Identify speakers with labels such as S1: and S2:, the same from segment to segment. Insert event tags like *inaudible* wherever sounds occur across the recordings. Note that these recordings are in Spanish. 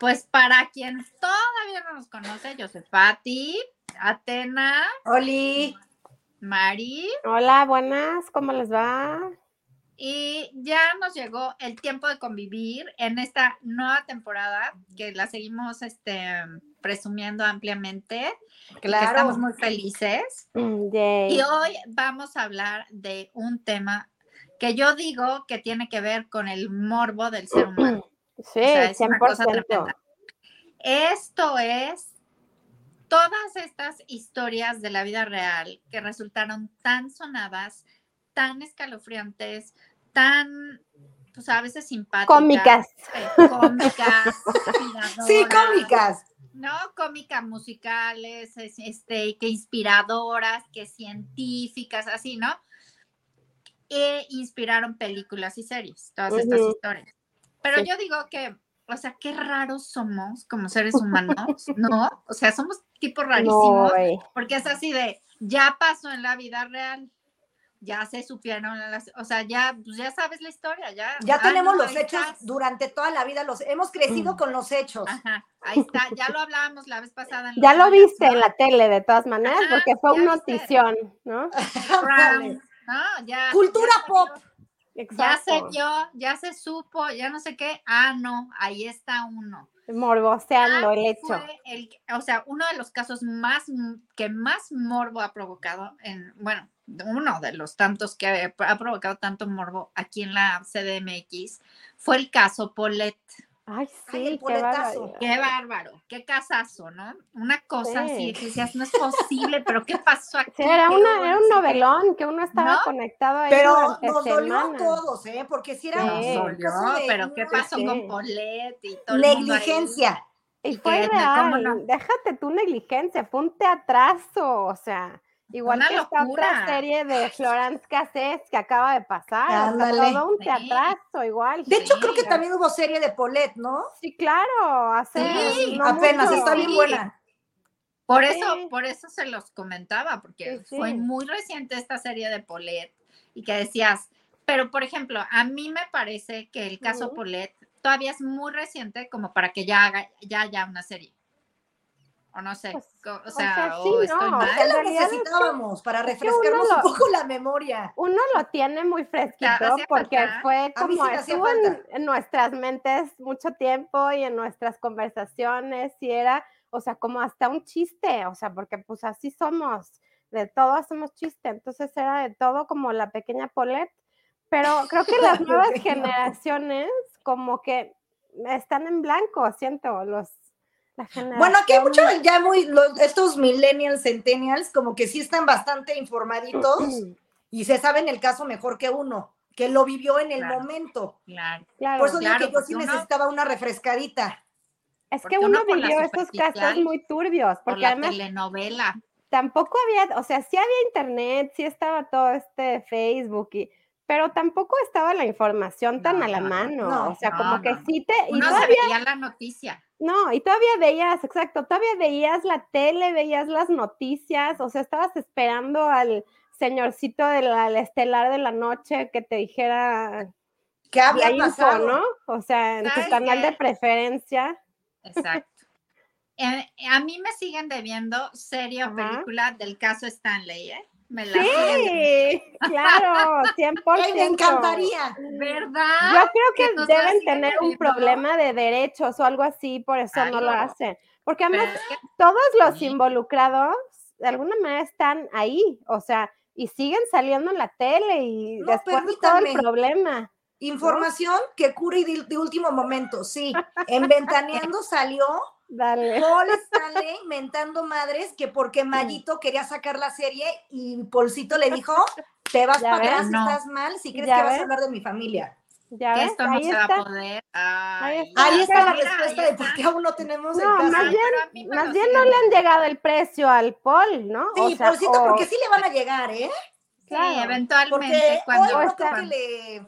S1: Pues para quien todavía no nos conoce, yo soy Patti, Atena,
S2: Oli,
S1: Mari,
S3: Hola, buenas, ¿cómo les va?
S1: y ya nos llegó el tiempo de convivir en esta nueva temporada que la seguimos este, presumiendo ampliamente. Que estamos muy felices.
S3: Mm, yay.
S1: Y hoy vamos a hablar de un tema que yo digo que tiene que ver con el morbo del ser humano.
S3: Sí,
S1: O sea, es una cosa
S3: 100%.
S1: tremenda. Esto es todas estas historias de la vida real que resultaron tan sonadas, tan escalofriantes, tan, pues a veces simpáticas.
S3: Cómicas.
S1: eh, cómicas. *laughs* inspiradoras,
S2: Sí, cómicas.
S1: No, cómicas musicales, es- este, y que inspiradoras, que científicas, así, ¿no? E inspiraron películas y series, todas estas
S3: Ujú.
S1: historias. Pero
S3: Sí.
S1: yo digo que, o sea, qué raros somos como
S3: *laughs*
S1: seres humanos, ¿no? O sea, somos tipo
S3: No, eh.
S1: rarísimos, *laughs*
S3: güey.
S1: porque es así de, ya pasó en la vida real, ya se supieron las, o sea, ya, pues ya sabes la historia, ya.
S2: Ya
S1: ah,
S2: tenemos
S1: no,
S2: los
S1: ahí
S2: hechos
S1: está.
S2: durante toda la vida, los hemos crecido
S3: Mm.
S2: con los hechos. *laughs*
S1: Ajá, ahí está, ya lo hablábamos la vez pasada. en los
S3: *laughs* Ya lo
S1: Óscares,
S3: viste
S1: ¿no?
S3: en la tele de todas maneras,
S1: Ajá,
S3: porque fue
S1: ya
S3: una
S1: viste.
S3: notición,
S1: *laughs*
S3: ¿no?
S2: Ándale.
S1: Trump, ¿no? Ya-
S2: Cultura
S1: ya se
S2: pop.
S1: vio, Ya
S3: Exacto.
S1: se vio, ya se supo, ya no sé qué. Ah, no, ahí está uno.
S3: Morboseando el hecho.
S1: Fue el, o sea, uno de los casos más m- que más morbo ha provocado en, bueno, uno de los tantos que ha provocado tanto morbo aquí en la CDMX fue el caso Polet.
S3: Ay, sí,
S2: Ay, el
S3: qué
S2: boletazo.
S3: barbaridad.
S1: Qué bárbaro, qué casazo, ¿no? Una cosa
S3: Sí.
S1: así que decías, no es posible, pero ¿qué
S3: *laughs*
S1: pasó aquí?
S3: Sí, era,
S1: ¿Qué
S3: una,
S1: hubo?
S3: era
S1: No
S3: un
S1: sé qué.
S3: novelón que uno estaba
S1: ¿No?
S3: conectado ahí
S2: Pero
S3: durante
S2: nos dolió a
S3: semanas.
S2: todos, ¿eh? Porque si era
S3: Sí.
S2: un
S1: Nos
S2: caso
S1: dolió,
S2: de
S1: pero ¿qué
S2: una
S1: pasó
S3: sí.
S1: con Polet y todo el mundo ahí?
S2: negligencia.
S3: Y
S1: Y
S3: fue
S1: que, ¿cómo
S3: real,
S1: no?
S3: déjate tu negligencia, fue un teatrazo, o sea, igual
S1: Una
S3: que esta
S1: locura.
S3: otra serie de Florence Cassés que acaba de pasar, o sea,
S2: Ándale.
S3: todo un
S1: Sí.
S3: teatrazo igual.
S2: De hecho,
S1: Sí,
S2: creo que
S1: la-
S2: también hubo serie de Polet, ¿no?
S3: Sí, claro, hace
S1: Sí,
S3: no
S2: Apenas,
S3: mucho.
S2: está bien
S1: Sí.
S2: buena.
S1: Por
S3: Sí. Pues
S1: eso, por eso se los comentaba, porque
S3: Sí,
S1: fue
S3: sí.
S1: muy reciente esta serie de Polet y que decías, pero por ejemplo, a mí me parece que el caso
S3: Ujú.
S1: Polet todavía es muy reciente como para que ya haga, ya haya una serie. O no sé,
S3: Pues,
S1: co- o
S3: o
S1: sea,
S3: sea,
S1: o
S3: sí,
S1: estoy
S3: no,
S1: mal.
S2: Ya la
S3: realidad es que-
S2: necesitábamos para
S3: que uno
S2: refrescarnos un
S3: lo-
S2: poco la memoria.
S3: Uno lo tiene muy fresquito
S1: Ah, hacía
S3: porque
S1: falta.
S3: fue
S2: A mí sí
S3: como
S2: me hacía
S3: estuvo en,
S2: falta.
S3: en nuestras mentes mucho tiempo y en nuestras conversaciones y era, o sea, como hasta un chiste, o sea, porque pues así somos, de todo hacemos chiste, entonces era de todo como la pequeña Paulette, pero creo
S2: *laughs*
S3: que las
S2: La
S3: nuevas
S2: pequeña Paulette.
S3: generaciones como que están en blanco, siento, los... La
S1: Ah,
S2: Bueno, aquí hay
S3: generación-
S2: muchos ya muy, los- estos millennials, centennials, como que sí están bastante informaditos y se saben el caso mejor que uno, que lo vivió en el
S1: Claro.
S2: momento.
S1: Claro.
S3: Claro.
S2: Por eso
S1: claro,
S2: digo que yo sí
S1: porque uno-
S2: necesitaba una refrescadita.
S3: Es
S1: Porque
S3: que uno
S1: uno por la
S3: vivió estos casos
S1: superficial,
S3: muy turbios,
S1: Por
S3: porque
S1: la
S3: además
S1: telenovela.
S3: tampoco había, o sea, sí había internet, sí estaba todo este Facebook y pero tampoco estaba la información tan a la
S1: No,
S3: mano,
S2: no,
S3: o sea,
S1: no,
S3: como que
S1: no.
S3: sí te y
S1: Uno se
S3: todavía
S1: veía la noticia.
S3: no, y todavía veías, exacto, todavía veías la tele, veías las noticias, o sea, estabas esperando al señorcito del al estelar de la noche que te dijera
S2: ¿Qué había
S3: la info,
S2: pasado?
S3: ¿no? O sea, en tu
S1: ¿Sabes
S3: canal de
S1: qué?
S3: preferencia.
S1: Exacto. Eh, a mí me siguen debiendo serie o
S3: Ajá.
S1: película del caso Stanley, ¿eh? Me la siguen debiendo.
S3: Sí,
S1: *laughs*
S3: claro, 100%.
S2: Ay, me encantaría.
S1: ¿Verdad?
S3: Yo creo
S1: que
S3: que,
S1: nos la
S3: deben
S1: siguen
S3: tener un
S1: debiendo.
S3: problema de derechos o algo así, por eso no lo
S1: Algo.
S3: hacen. Porque
S1: Pero
S3: además
S1: es que-
S3: todos los
S1: Sí.
S3: involucrados de alguna manera están ahí, o sea, y siguen saliendo en la tele y
S2: No,
S3: después de todo el
S2: permítanme.
S3: problema.
S2: Información que cura y de, de último momento, sí. En Ventaneando salió *laughs*
S3: Dale.
S2: Paul Stanley mentando madres que porque Mayito quería sacar la serie y Polcito le dijo, te vas
S3: Ya
S2: para
S3: ves.
S2: atrás,
S1: No.
S2: estás mal, si crees
S3: Ya
S2: que vas
S3: ves.
S2: a hablar de mi familia.
S3: Ya
S1: que
S3: ves,
S1: esto no
S3: ahí
S1: se va a
S3: está.
S1: poder.
S3: Ahí
S1: Ay,
S3: está.
S2: Ahí está la
S1: mira,
S2: respuesta
S1: ahí
S2: de por qué aún no tenemos el
S3: No,
S2: caso.
S3: más
S1: Ay,
S3: bien-
S1: pero a mí me
S3: Más
S1: lo
S3: bien
S1: siguen
S3: no le han
S1: debiendo.
S3: llegado el precio al Paul, ¿no? O
S2: Sí,
S3: sea,
S2: Polcito,
S3: o-
S2: porque sí le van a llegar, ¿eh?
S1: Sí,
S3: claro.
S1: eventualmente.
S2: Porque
S1: cuando
S2: hoy no
S3: está-
S2: creo que le...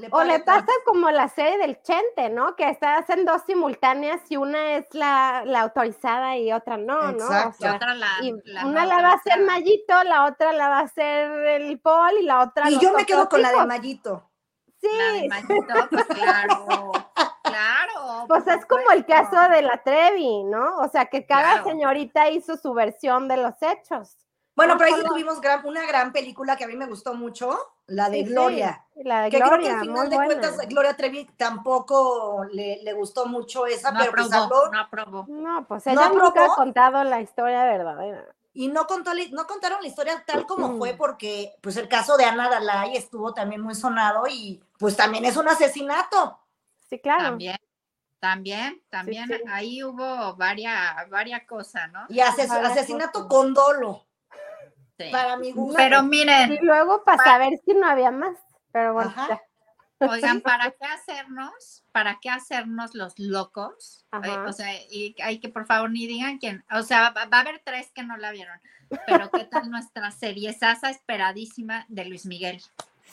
S2: le
S3: O le
S2: paguen tanto.
S3: pasa como la serie del Chente, ¿no? Que está, hacen dos simultáneas y una es la, la autorizada y otra no, ¿no? O
S2: Exacto.
S1: y
S3: sea,
S1: otra la,
S3: y
S1: la
S3: una
S1: no
S3: la va a hacer
S1: autorizada.
S3: Mayito, la otra la va a hacer el Paul y la otra.
S2: Y
S3: los
S2: yo me
S3: otros
S2: quedo con la de
S3: hijos.
S2: Mayito.
S3: Sí, *laughs*
S1: La de Mayito, pues claro. Claro,
S3: Pues es como el
S1: supuesto.
S3: caso de la Trevi, ¿no? O sea, que cada
S1: Claro.
S3: señorita hizo su versión de los hechos.
S2: Bueno, pero ahí sí
S3: Ojalá.
S2: tuvimos gran- una gran película que a mí me gustó mucho, la de
S3: Sí, sí,
S2: Gloria.
S3: La de
S2: Que creo que
S3: Gloria,
S2: al
S3: muy
S2: final de
S3: buena.
S2: cuentas eh, Gloria Trevi tampoco le, le gustó mucho esa,
S1: No
S2: pero pues
S1: aprobó,
S2: habló
S1: no aprobó.
S3: No, pues
S2: ¿No
S3: ella nunca
S2: aprobó?
S3: ha contado la historia verdadera.
S2: y no contó la- no contaron la historia tal
S3: Mm.
S2: como fue porque pues el caso de Ana Dalai estuvo también muy sonado y pues también es un asesinato.
S3: Sí, claro.
S1: También, también, también
S3: sí.
S1: ahí hubo varias, varias cosas, ¿no?
S2: Y ases-
S3: Ojalá
S2: asesinato
S3: no.
S2: con dolo,
S1: Sí.
S2: para mi gusto.
S1: Pero miren,
S3: Y luego para saber si no había más. Pero bueno,
S2: Ajá.
S3: ya.
S1: Oigan, ¿para qué hacernos? ¿Para qué hacernos los locos? Eh,
S3: Ajá.
S1: o sea, y hay que por favor ni digan quién. O sea, va, va a haber tres que no la vieron. Pero qué tal nuestra serie sasa esperadísima de Luis Miguel.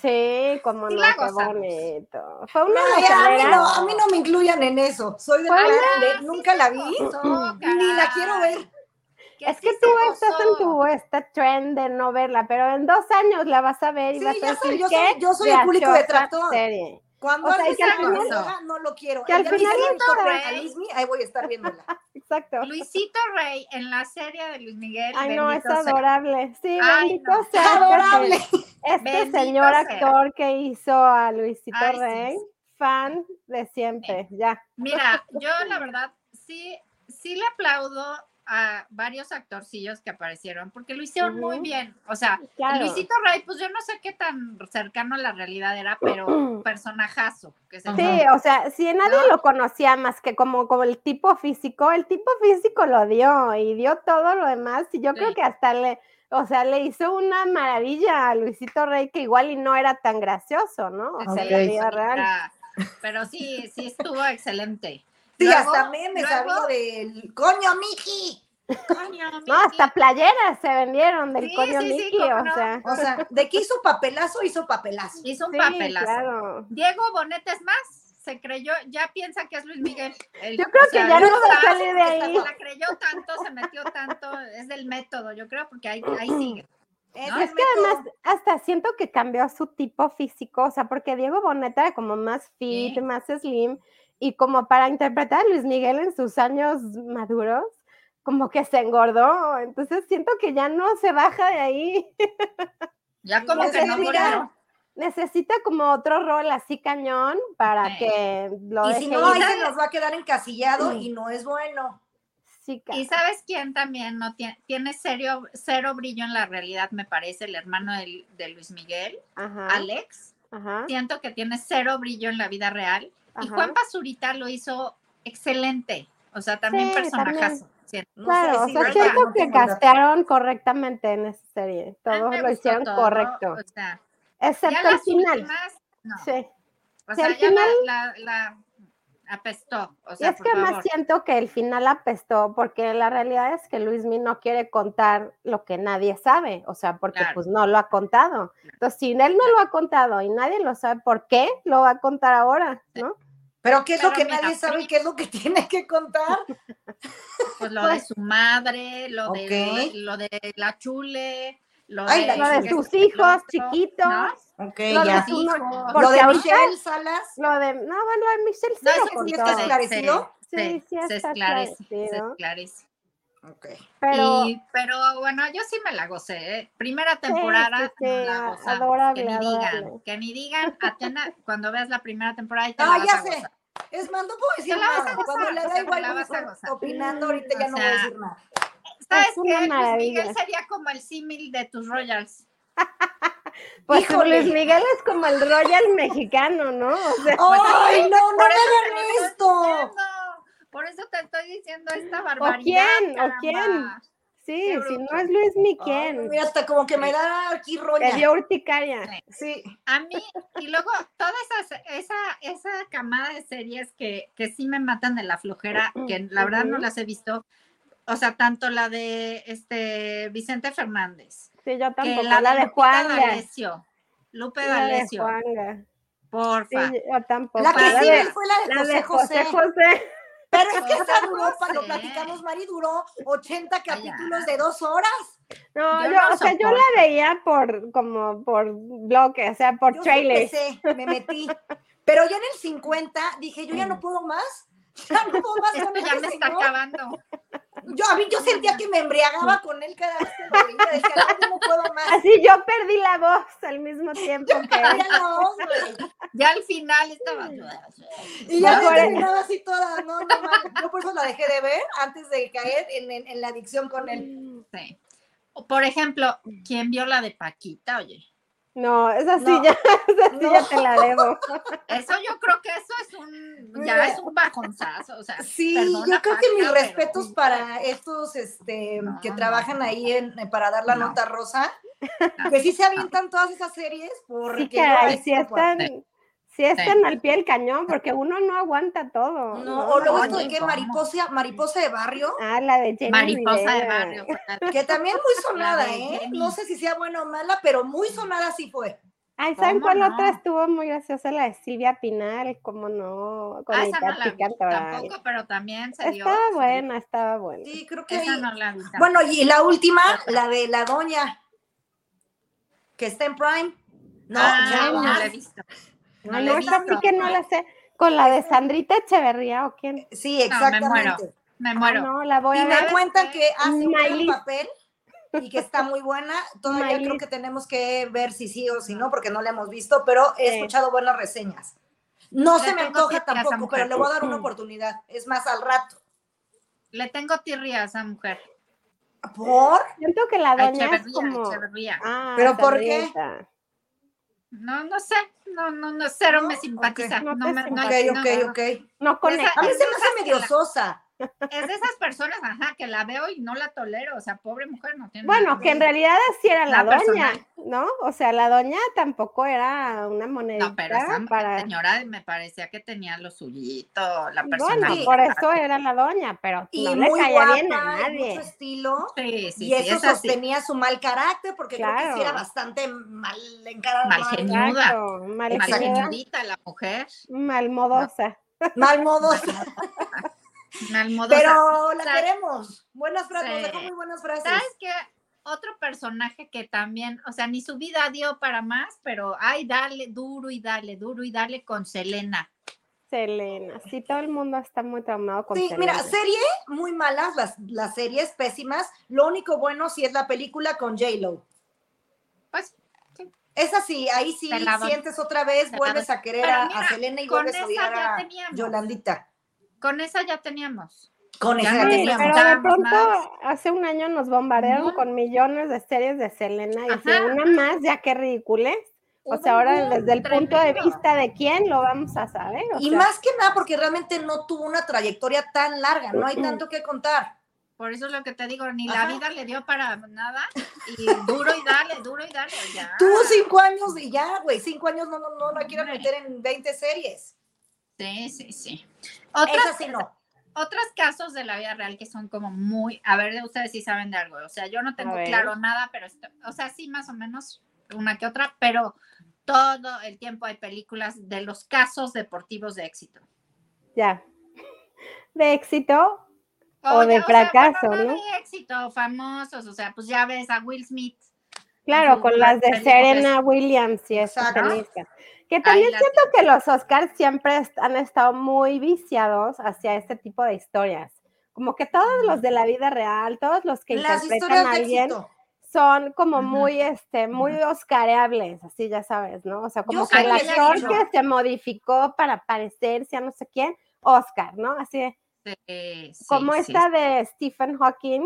S3: Sí, como
S1: Sí
S3: no,
S1: la
S3: qué
S1: gozamos.
S3: bonito. Fue una
S2: Ay, a, mí
S3: loquera.
S2: no, a mí no me incluyan en eso. Soy de la
S3: Ojalá,
S2: grande,
S1: sí
S2: nunca
S1: se
S2: la vi,
S1: gozó,
S2: ni la
S1: caray.
S2: quiero ver.
S3: Es
S1: sí
S3: que
S1: se
S3: tú estás en
S1: gozó.
S3: tu esta trend de no verla, pero en dos años la vas a ver y
S2: Sí,
S3: vas a
S2: ya sé,
S3: decir
S2: yo soy-
S3: "Qué
S2: yo soy el público
S3: graciosa
S2: detractor".
S3: serie".
S2: Cuando
S3: O sea,
S2: alguien
S3: que al
S2: se haga
S1: final-
S2: droga, no lo quiero.
S3: que al
S2: Ya me
S3: final ¿eh?
S2: hicieron
S1: no,
S2: correr
S1: güey.
S2: a Luismi, ahí voy a estar
S3: *laughs*
S2: viéndola.
S3: Exacto.
S1: Luisito Rey en la serie de Luis Miguel.
S3: Ay, no, es
S1: bendito sea.
S3: adorable. Sí,
S1: Ay,
S3: bendito
S1: no.
S3: sea este-
S2: Adorable.
S3: este,
S1: Bendito
S3: señor
S1: sea.
S3: actor que hizo a Luisito
S1: Ay, sí,
S3: Rey,
S1: sí.
S3: fan de siempre, ya.
S1: Mira, yo la verdad sí, sí le aplaudo a varios actorcillos que aparecieron porque lo hicieron muy
S3: Ujú.
S1: bien. O sea,
S3: Claro.
S1: Luisito Rey, pues yo no sé qué tan cercano a la realidad era,
S3: *clears throat*
S1: pero personajazo. Que se
S3: Sí, o sea, si nadie lo conocía más que como, como el tipo físico, el tipo físico lo dio y dio todo lo demás. Y yo creo
S1: Sí.
S3: que hasta le, o sea, le hizo una maravilla a Luisito Rey que igual y no era tan gracioso, ¿no? O sea, en la
S1: excelente,
S3: vida real.
S1: era- Pero sí, sí estuvo excelente.
S2: Sí,
S1: Luego-
S2: hasta memes
S1: luego-
S2: había del coño, Miki.
S1: *laughs* Coño, Miki.
S3: No, hasta playeras se vendieron del
S1: Sí,
S3: coño
S1: sí, sí,
S3: Mickey,
S1: cómo
S3: o
S1: no.
S3: sea.
S2: O sea, de que hizo papelazo, hizo papelazo.
S1: hizo un
S3: sí,
S1: papelazo.
S3: claro.
S1: Diego Bonet es más, se creyó, ya piensa que es Luis Miguel. El-
S3: Yo creo
S1: o
S3: que
S1: sea,
S3: ya no
S1: Luis
S3: va a
S1: Paz
S3: salir de
S1: se
S3: ahí.
S1: la creyó tanto, se metió tanto, es del método, yo creo, porque ahí, ahí sigue.
S2: Es
S1: No,
S2: el
S3: Es que
S2: método.
S3: además hasta siento que cambió su tipo físico, o sea, porque Diego Boneta era como más fit,
S1: Sí.
S3: más slim, y como para interpretar a Luis Miguel en sus años maduros, como que se engordó, entonces siento que ya no se baja de ahí, *laughs*
S1: Ya como
S2: Pues
S1: que
S2: es
S1: no
S2: mirar.
S1: volvió.
S3: necesita como otro rol así cañón para
S1: Sí.
S3: que lo
S2: Y
S3: deje
S2: si no, ahí
S3: ir.
S2: se nos va a quedar encasillado y no es bueno.
S3: Sí,
S1: Y
S3: ca-
S1: sabes quién también no tiene, tiene serio, cero brillo en la realidad, me parece, el hermano del- de, Luis Miguel,
S3: ajá,
S1: Alex.
S3: ajá,
S1: Siento que tiene cero brillo en la vida real. Y Juan
S3: ajá.
S1: Pasurita lo hizo excelente. O sea, también
S3: Sí,
S1: personajazo. siento.
S2: No
S3: Claro,
S2: sé
S3: o
S2: si lo
S3: sea,
S1: verdad,
S3: siento
S2: hizo, no
S3: que
S2: tengo datos.
S3: castearon correctamente en esa serie,
S1: A mí
S3: todos
S1: me
S3: lo
S1: gustó
S3: hicieron
S1: todo,
S3: correcto,
S1: O sea, ya
S3: excepto el
S1: las
S3: final.
S1: últimas, no.
S3: Sí.
S1: O
S3: Sí,
S1: sea,
S3: al
S1: ya la-
S3: final-
S1: la, la apestó. O
S3: Y
S1: sea,
S3: es
S1: por
S3: que
S1: favor.
S3: más siento que el final apestó, porque la realidad es que Luismi no quiere contar lo que nadie sabe, o sea, porque
S1: Claro.
S3: pues no lo ha contado. Entonces, si él no lo ha contado y nadie lo sabe, ¿por qué lo va a contar ahora? ¿No?
S2: Pero qué es lo
S1: Pero
S2: que
S1: mira,
S2: nadie sabe y qué es lo que *laughs* tiene que contar.
S1: Pues lo de
S3: Pues-
S1: su madre, lo, de, lo
S2: Ok.
S1: de- lo de la chule, lo
S2: Ay,
S1: de,
S2: la
S3: Lo de
S2: que
S3: sus
S1: el
S3: hijos
S1: otro,
S3: chiquitos,
S1: ¿no?
S2: Ok,
S3: lo de
S2: ya.
S1: sus-
S3: su no-
S1: Lo
S2: Lo
S3: porque
S2: de
S3: ahorita
S2: Michelle Salas.
S3: lo de, no, bueno, lo de Michelle sí
S2: No,
S3: lo
S2: eso sí está esclarecido.
S3: contó,
S2: esclarecido?
S1: Se, se-
S3: Sí, sí
S1: se
S3: está
S1: esclarece, se
S3: esclarecido.
S1: esclarece.
S2: Ok.
S3: pero
S1: Y- pero bueno, yo sí me la gocé. ¿eh? Primera
S3: sí,
S1: temporada,
S3: sí,
S1: nos la
S3: a-
S1: gozamos,
S3: adorable,
S1: que ni digan,
S3: adorable.
S1: que ni digan, Atena, cuando veas la primera temporada, ahí te la
S2: Ah,
S1: vas
S2: ya
S1: a
S2: sé.
S1: gozar.
S2: Es más, no puedo decir
S1: Te la vas a
S2: nada. Cuando
S1: gozar,
S2: le
S1: o
S2: da
S1: sea, te
S2: igual,
S1: la vas a
S2: voy
S1: gozar. Mm,
S2: opinando ahorita
S1: O
S2: ya no voy
S1: sea,
S2: a decir nada.
S1: *laughs* ¿Sabes
S3: Es una
S1: qué? Luis Miguel
S3: maravilla.
S1: sería como el símil de tus Royals.
S3: pues
S2: Híjole.
S3: Luis Miguel es como el Royal mexicano, ¿no? O sea,
S2: ¡Ay, no, no me
S1: Por eso te lo
S2: hagan
S1: estoy
S2: esto!
S1: diciendo, Por eso te estoy diciendo esta barbaridad.
S3: ¿O quién? ¿O
S1: caramba.
S3: quién? Sí,
S1: Qué
S3: si no
S1: bruto.
S3: es Luis mi
S2: Ay,
S3: quién.
S2: Mira, hasta como que me da aquí
S3: Te
S2: roña.
S3: dio urticaria.
S2: Sí.
S1: A mí, y luego toda esa, esa, esa camada de series que, que sí me matan de la flojera, que la verdad no
S3: Ujú.
S1: las he visto. O sea, tanto la de este Vicente Fernández,
S3: Sí, yo tampoco.
S1: que
S3: La, de
S1: Lupita
S3: Juanga.
S1: D'Alessio, Lupe
S3: La de
S1: D'Alessio,
S3: Juanga.
S1: porfa.
S3: Sí, yo tampoco.
S2: La que
S1: Ojalá
S2: sí
S1: de-
S2: vi fue la de
S3: la
S2: José
S3: de
S2: José.
S3: José José.
S2: Pero es que esa
S1: José
S2: duró, pa- lo
S1: José.
S2: platicamos, Mari, duró 80
S1: ya.
S2: capítulos de dos horas.
S3: No,
S1: Yo
S3: yo,
S1: no
S3: o sea, yo
S1: soporto.
S3: la veía por como por bloque, o sea, por
S2: Yo sí
S1: *laughs*
S3: trailers.
S2: empecé, me metí. Pero ya en el 50 dije, yo ya no puedo más. *laughs* Ya no puedo más
S1: Mm. Esto
S2: con
S1: *laughs* ya
S2: ese
S1: me está
S2: señor.
S1: acabando.
S2: Yo, a mí, yo sentía que me embriagaba con él cada vez que lo veía. Decía, "No, yo no puedo más.
S3: Así yo perdí la voz al mismo tiempo que él.
S2: *laughs* Ya la voz, güey.
S1: Ya al final estaba.
S2: Y ya
S3: Mejor
S2: me
S3: es-
S2: terminaba así toda. No, no, mames. Yo por eso la dejé de ver antes de caer en, en- en la adicción con él.
S1: Sí. O, Por ejemplo,
S3: Mm.
S1: ¿quién vio la de Paquita? Oye,
S3: No, esa sí
S2: No.
S3: ya, *laughs* esa sí
S2: No.
S3: ya te la debo.
S1: eso yo creo que eso es un, ya
S2: Mira.
S1: es un bajonzazo, o
S3: *laughs*
S1: sea,
S2: Sí,
S1: Perdona,
S2: yo creo que mis
S1: Paca, pero-
S2: respetos para estos este,
S1: No,
S2: que
S1: no,
S2: trabajan
S1: no.
S2: ahí en, para dar la
S1: No.
S2: nota rosa, que sí se avientan todas esas series porque
S3: Sí,
S2: yo a
S3: caray,
S2: veces
S3: si
S2: no puedo.
S3: están, si están
S1: Sí.
S3: al pie del cañón, porque uno no aguanta todo.
S2: No, o luego
S1: no,
S2: esto de
S1: ni
S2: que
S1: cómo.
S2: mariposa, mariposa de barrio,
S3: Ah, la de Jenny
S1: mariposa de
S3: Rivera.
S1: barrio.
S3: *laughs*
S1: fue la-
S2: que también muy sonada,
S1: La de
S2: ¿eh?
S1: Jenny.
S2: No sé si sea buena o mala, pero muy sonada sí fue.
S3: Ay, ¿saben
S1: ¿Cómo
S3: cuál otra
S1: no?
S3: estuvo muy graciosa? La de Silvia Pinal, cómo no, con
S1: Ah,
S3: el
S1: esa no la vi
S3: picante, ¿verdad?
S1: tampoco, pero también se dio.
S3: Estaba
S1: se dio.
S3: buena, estaba buena.
S2: Sí, creo que
S1: Esa
S2: ahí.
S1: no la vi. tampoco.
S2: Bueno, y la última, la de la doña, que está en Prime. No,
S1: Ah,
S2: ya
S1: no
S2: vas.
S1: la he visto. No
S3: Ay,
S1: la
S3: no,
S1: he
S3: esa sí
S1: visto.
S3: que no la sé. Con la de Sandrita Echeverría o quién.
S2: Sí,
S1: No, me muero.
S2: exactamente.
S1: Me
S3: Ah,
S1: muero.
S3: no, la voy
S2: Y
S3: a ver.
S2: me cuentan
S1: qué?
S2: que hace un gran
S3: Mailis.
S2: papel y que está muy buena. Todavía creo
S3: Mailis.
S2: que tenemos que ver si sí o si no, porque no la hemos visto, pero he
S3: Sí.
S2: escuchado buenas reseñas. No
S1: Le
S2: se me
S1: tengo
S2: antoja
S1: que ir a esa
S2: tampoco,
S1: mujer.
S2: pero le voy a dar una
S3: Mm.
S2: oportunidad. Es más, al rato.
S1: Le tengo tirria a esa mujer.
S2: ¿Por?
S3: Siento que la
S1: A
S3: doña es
S1: Echeverría, a
S3: como.
S1: Echeverría.
S3: Ah,
S2: ¿Pero por qué?
S3: Sandrita.
S1: No, no sé. No, no, no. Cero
S2: No,
S1: me simpatiza.
S3: ok.
S1: No,
S3: No
S1: me,
S3: te
S1: no,
S2: Ok,
S1: no,
S2: ok,
S1: no, no.
S2: ok.
S3: No conecta.
S2: A mí
S1: Es
S2: se
S1: de
S2: me
S1: esas
S2: hace medio
S1: que la-
S2: sosa.
S1: Es de esas personas, ajá, que la veo y no la tolero. O sea, pobre mujer, no tiene.
S3: Bueno,
S1: nada
S3: que en realidad así era la,
S1: La
S3: doña,
S1: personal.
S3: ¿no? O sea, la doña tampoco era una monedita
S1: No, pero esa
S3: para.
S1: señora me parecía que tenía lo suyito, la
S3: Bueno,
S1: personalidad.
S3: por eso era la doña, pero
S2: Y
S3: no le
S2: muy
S3: caía
S2: guapa,
S3: bien a
S1: ¿eh?
S2: y mucho
S3: nadie.
S2: estilo.
S1: Sí, sí, sí,
S2: y eso
S1: esa sí.
S2: sostenía su mal carácter, porque creo que
S3: Claro.
S2: sí era bastante mal encarada.
S1: Mal
S2: mal-
S1: genio.
S3: Exacto,
S2: Exacto.
S3: malcriada,
S1: Malgenudita la mujer.
S3: malmodosa.
S2: *laughs* mal modos.
S1: *laughs* Una almodosa.
S2: *laughs* Pero la
S1: ¿Sabes?
S2: queremos. Buenas frases, nos
S1: Sí.
S2: dejó muy buenas frases.
S1: ¿Sabes qué? Otro personaje que también, o sea, ni su vida dio para más, pero ay, dale duro y dale duro y dale con Selena.
S3: Selena, sí, todo el mundo está muy traumado con
S2: Sí,
S3: Selena.
S2: mira, serie muy malas, las, las series pésimas. Lo único bueno sí es la película con J-Lo.
S1: Pues
S2: Es así, ahí sí
S1: Te la doy.
S2: sientes otra vez,
S1: Te la
S2: vuelves a querer
S1: Pero
S2: a, a
S1: mira,
S2: Selena y
S1: con
S2: vuelves a
S1: esa
S2: odiar
S1: ya
S2: a
S1: teníamos.
S2: Yolandita.
S1: Con esa ya teníamos.
S2: Con
S1: Ya no
S2: esa
S3: Sí,
S1: teníamos.
S3: pero de
S1: Estábamos
S3: pronto
S1: más.
S3: hace un año nos bombardearon
S1: Ujú.
S3: con millones de series de Selena y si
S1: Ajá.
S3: una más, ya qué ridículo O sea, ahora desde el punto de
S1: Tremendo.
S3: vista de quién lo vamos a saber. o
S2: Y
S3: sea,
S2: más que nada porque realmente no tuvo una trayectoria tan larga, no hay tanto que contar.
S1: Por eso es lo que te digo, ni
S2: Ajá.
S1: la vida le dio para nada. Y duro y dale, duro y dale. Ya.
S2: Tú
S3: Ah.
S2: cinco años y ya, güey, cinco años no, no, no la quieran
S1: Hombre.
S2: meter en 20 series.
S1: Sí, sí, sí.
S2: Esa
S1: Otras,
S2: sí no.
S1: otros casos de la vida real que son como muy, a ver, de ustedes sí saben de algo, o sea, yo no tengo
S3: ver.
S1: claro nada, pero, esto- o sea, sí más o menos una que otra, pero todo el tiempo hay películas de los casos deportivos de éxito.
S3: ya. De éxito, O de
S1: sea,
S3: fracaso,
S1: bueno,
S3: ¿no?
S1: de éxito, famosos, o sea, pues ya ves a Will Smith.
S3: claro,
S1: Ujú,
S3: con
S1: las
S3: las de
S1: películas.
S3: Serena Williams y estas
S2: Exacto.
S3: tenistas. Que
S1: ahí
S3: también
S1: la
S3: siento que los Oscars siempre est- han estado muy viciados hacia este tipo de historias. Como que todos los de la vida real, todos los que
S2: Las
S3: interpretan
S2: historias
S3: a
S2: de
S3: alguien,
S2: éxito.
S3: son como
S1: Ujú.
S3: muy, este, muy oscareables, así ya sabes, ¿no? O sea, como
S2: Yo
S3: que el
S1: sabía
S3: actor
S1: eso.
S3: que se modificó para parecerse a no sé quién, Oscar, ¿no? Así, de-
S1: Sí, sí,
S3: como
S1: sí,
S3: esta de Stephen Hawking,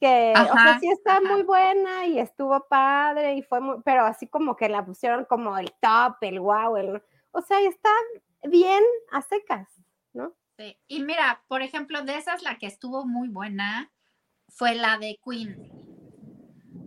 S3: que, o sea,
S1: Ajá,
S3: sí está
S1: ajá.
S3: muy buena y estuvo padre y fue muy, pero así como que la pusieron como el top, el wow, el, o sea, está bien a secas.
S1: sí. Y mira, por ejemplo, de esas la que estuvo muy buena fue la de Queen,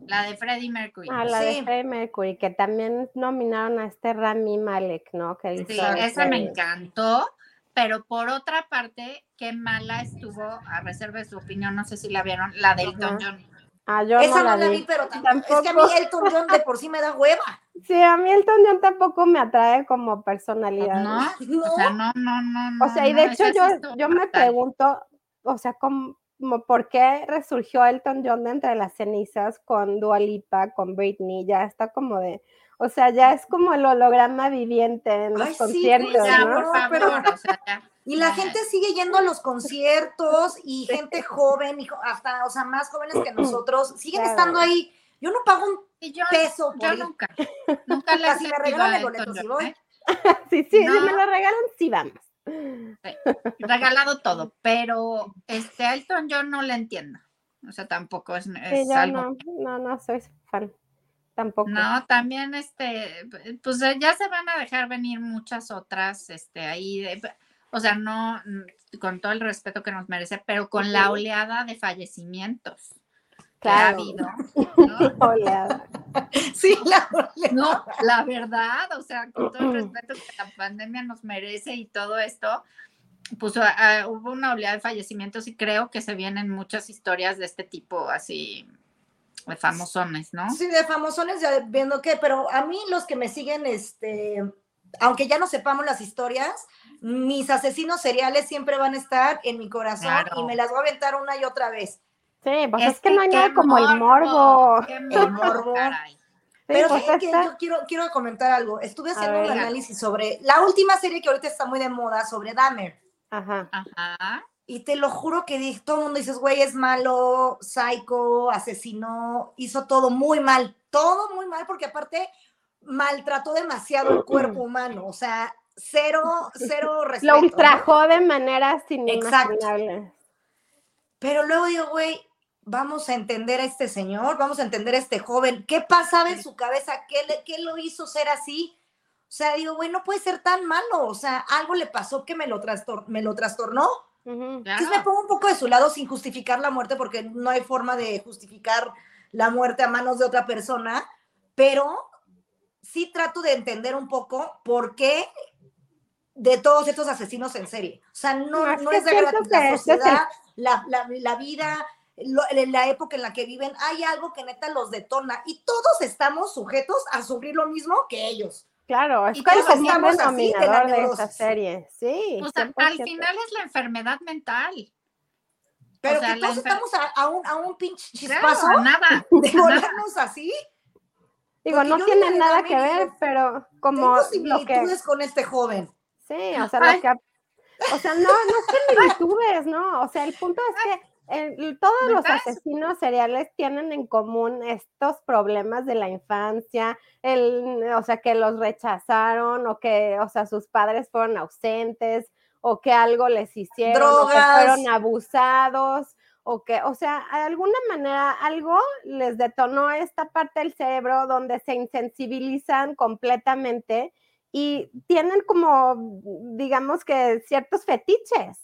S1: la de Freddie Mercury.
S3: A la
S2: Sí.
S3: de Freddie Mercury, que también nominaron a este Rami Malek, ¿no? Que
S1: Sí,
S3: hizo de
S1: esa me
S3: Freddie.
S1: encantó, pero por otra parte, qué mala estuvo, a reserva de su opinión, no sé si la vieron, la de Elton
S3: Ajá.
S1: John.
S3: Ah, yo
S2: Esa
S3: no la vi.
S2: pero tampoco. Es que a
S3: Tampoco.
S2: mí Elton John de por sí me da hueva. *laughs*
S3: Sí, a mí Elton John tampoco me atrae como personalidad.
S1: ¿No?
S2: No,
S1: O sea, no, no, no, no.
S3: O sea, y
S1: no,
S3: de hecho
S1: Ah, esa sí
S3: yo,
S1: estuvo
S3: yo me
S1: fatal.
S3: pregunto, o sea, como, por qué resurgió Elton John de entre las cenizas con Dua Lipa, con Britney, ya está como de, o sea, ya es como el holograma viviente en los
S2: Ay, sí, güey,
S3: conciertos,
S1: Ya,
S3: ¿no?
S1: por
S2: pero-
S1: favor, o sea, ya.
S2: Y la gente sigue yendo a los conciertos y gente joven, y jo- hasta, o sea, más jóvenes
S3: *clears throat*
S2: que nosotros, siguen
S3: Claro.
S2: estando ahí. Yo no pago un
S1: Y yo,
S2: peso por
S1: yo
S2: ir. *laughs*
S1: nunca, nunca le he
S2: Hasta si me regalan el boleto, si voy.
S1: ¿eh?
S3: Sí, sí, si
S1: No.
S3: me lo regalan, sí vamos.
S1: regalado todo, pero este a Elton yo no le entiendo. O sea, tampoco es,
S3: Sí,
S1: es
S3: yo
S1: algo. No.
S3: no, no, no soy fan. Tampoco.
S1: también este, pues eh, ya se van a dejar venir muchas otras, este, ahí, de- o sea, no, mm, con todo el respeto que nos merece, pero con la
S3: Ujú.
S1: oleada de fallecimientos que ha
S3: claro.
S1: habido,
S3: *laughs*
S1: ¿no?
S3: Oleada.
S2: Sí, la verdad.
S1: No, la verdad, o sea, con todo el respeto que la pandemia nos merece y todo esto, pues a- a- hubo una oleada de fallecimientos y creo que se vienen muchas historias de este tipo así de famosones, ¿no?
S2: Sí, de famosones, ya viendo qué, pero a mí los que me siguen, este, aunque ya no sepamos las historias, mis asesinos seriales siempre van a estar en mi corazón
S1: Claro.
S2: y me las voy a aventar una y otra vez.
S3: Sí, pues es,
S1: Es
S3: que, no hay
S1: qué
S3: nada como el morbo. Sí,
S1: qué morbo,
S2: morbo.
S1: caray.
S2: Pero
S3: pues
S2: fíjate que
S3: esta-
S2: yo quiero, quiero comentar algo. Estuve haciendo un
S3: ver.
S2: análisis sobre la última serie que ahorita está muy de moda, sobre Dahmer.
S3: Ajá.
S1: Ajá.
S2: Y te lo juro que di- todo el mundo dices, güey, es malo, psycho, asesinó, hizo todo muy mal, todo muy mal, porque aparte maltrató demasiado el cuerpo humano, o sea, cero, cero respeto.
S3: Lo
S2: ¿no?
S3: ultrajó de maneras
S2: Exacto.
S3: inimaginables.
S2: Pero luego digo, güey, vamos a entender a este señor, vamos a entender a este joven, ¿qué pasaba en su cabeza? ¿Qué, le- qué lo hizo ser así? O sea, digo, güey, no puede ser tan malo, o sea, algo le pasó que me lo, trastor- me lo trastornó.
S3: Ujú.
S1: Claro.
S2: Entonces me pongo un poco de su lado sin justificar la muerte, porque no hay forma de justificar la muerte a manos de otra persona, pero sí trato de entender un poco por qué de todos estos asesinos en serie. O sea, no,
S3: No, es
S2: no
S3: que
S2: es de verdad
S3: siento que
S2: la
S3: este es el-
S2: sociedad, la, la- la vida, lo- en la época en la que viven, hay algo que neta los detona y todos estamos sujetos a sufrir lo mismo que ellos.
S3: Claro, es
S1: Y
S3: como
S1: todos
S3: el común
S2: estamos así de la
S3: denominador de esta
S2: neurosis.
S3: serie. Sí.
S1: O sea, al
S3: 100%.
S1: final es la enfermedad mental.
S2: Pero
S1: O sea,
S2: que
S1: la
S2: todos
S1: enfer-
S2: estamos a, a un, a un pinche
S1: Claro,
S2: chispazo
S1: nada.
S2: de volvernos así.
S3: Digo,
S2: porque
S3: no
S2: yo
S3: tiene
S2: digo,
S3: nada
S2: también
S3: que ver,
S2: digo,
S3: pero como
S2: Tengo
S3: lo que.
S2: similitudes con este joven.
S3: Sí, o sea, lo
S1: Ay.
S3: que. ap- O sea, no, no similitudes, ¿no? O sea, el punto es que el- todos
S1: ¿Me
S3: los
S1: ves?
S3: asesinos seriales tienen en común estos problemas de la infancia, el, o sea, que los rechazaron o que, o sea, sus padres fueron ausentes o que algo les hicieron, o que
S2: Drogas.
S3: fueron abusados o que, o sea, de alguna manera algo les detonó esta parte del cerebro donde se insensibilizan completamente y tienen como, digamos que ciertos fetiches.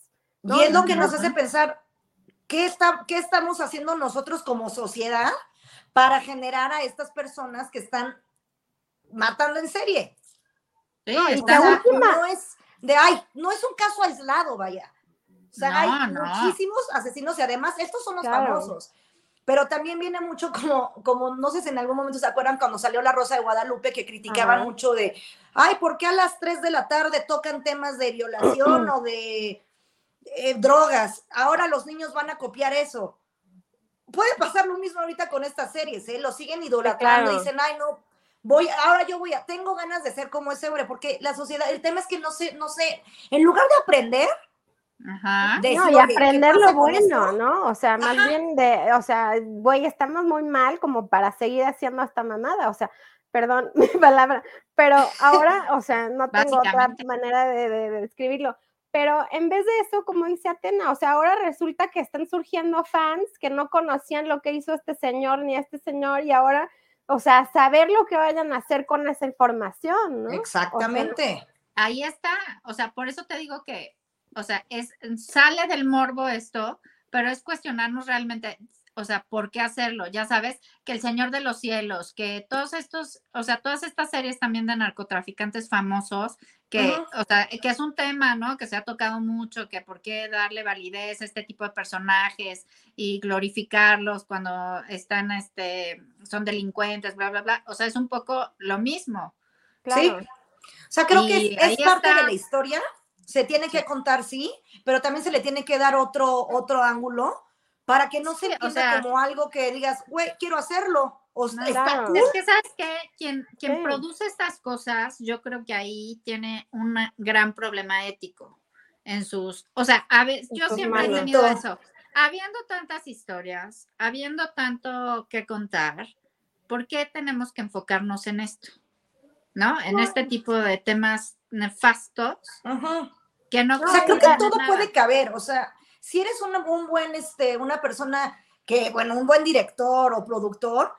S2: y
S3: No,
S2: es lo
S1: no,
S2: que
S1: no,
S2: nos
S1: no.
S2: hace pensar ¿qué, está, qué estamos haciendo nosotros como sociedad para generar a estas personas que están matando en serie.
S1: Sí,
S3: No, y
S2: O
S1: está-
S2: sea,
S3: la última-
S2: no es de ay, no es un caso aislado, vaya. O sea,
S1: No,
S2: hay
S1: no.
S2: muchísimos asesinos y además estos son los
S3: Claro.
S2: famosos. Pero también viene mucho como, como, no sé si en algún momento se acuerdan cuando salió La Rosa de Guadalupe que criticaban
S3: Ajá.
S2: mucho de, ay, ¿por qué a las 3 de la tarde tocan temas de
S3: *clears throat*
S2: violación o de eh, drogas? Ahora los niños van a copiar eso. Puede pasar lo mismo ahorita con estas series, ¿eh? Lo siguen idolatrando,
S3: claro.
S2: dicen, ay, no, voy, ahora yo voy a, tengo ganas de ser como ese hombre, porque la sociedad, el tema es que no sé, no sé, en lugar de aprender,
S1: Ajá.
S2: de
S3: Ah,
S2: decir,
S3: No, y
S2: "Oye, ¿qué
S3: aprender
S2: pasa
S3: lo
S2: con esto?".
S3: bueno, ¿no? O sea, más
S2: Ajá.
S3: bien de, o sea, güey, estamos muy mal como para seguir haciendo esta mamada, o sea, perdón *laughs* mi palabra, pero ahora, o sea, no tengo otra
S1: Básicamente.
S3: manera de, de- de describirlo. Pero en vez de eso, como dice Atena, o sea, ahora resulta que están surgiendo fans que no conocían lo que hizo este señor ni este señor y ahora, o sea, saber lo que vayan a hacer con esa información, ¿no?
S2: Exactamente.
S1: ahí está. O sea, por eso te digo que, o sea, es, sale del morbo esto, pero es cuestionarnos realmente, o sea, ¿por qué hacerlo? Ya sabes, que El Señor de los Cielos, que todos estos, o sea, todas estas series también de narcotraficantes famosos, que,
S2: Ujú.
S1: o sea, que es un tema, ¿no? Que se ha tocado mucho, que por qué darle validez a este tipo de personajes y glorificarlos cuando están, este, son delincuentes, bla, bla, bla. O sea, es un poco lo mismo.
S2: Sí.
S3: Claro.
S2: O sea, creo
S1: Y
S2: que
S1: ahí
S2: es, es parte
S1: está.
S2: de la historia, se tiene que contar, sí, pero también se le tiene que dar otro, otro ángulo para que no
S1: Sí,
S2: se
S1: o
S2: entienda
S1: sea-
S2: como algo que digas, güey, quiero hacerlo, o está
S3: Claro.
S2: cool".
S1: Es que, ¿sabes qué? Quien, quien
S3: Sí.
S1: produce estas cosas, yo creo que ahí tiene un gran problema ético. en sus, o sea, a veces, yo
S3: sus
S1: siempre he
S3: manos.
S1: tenido eso. Habiendo tantas historias, habiendo tanto que contar, ¿por qué tenemos que enfocarnos en esto? ¿No? En este tipo de temas nefastos
S2: Ajá.
S1: que no...
S2: O sea, creo que
S1: conllevan a
S2: todo
S1: nada.
S2: puede caber. O sea, si eres una- un buen, este, una persona que, bueno, un buen director o productor,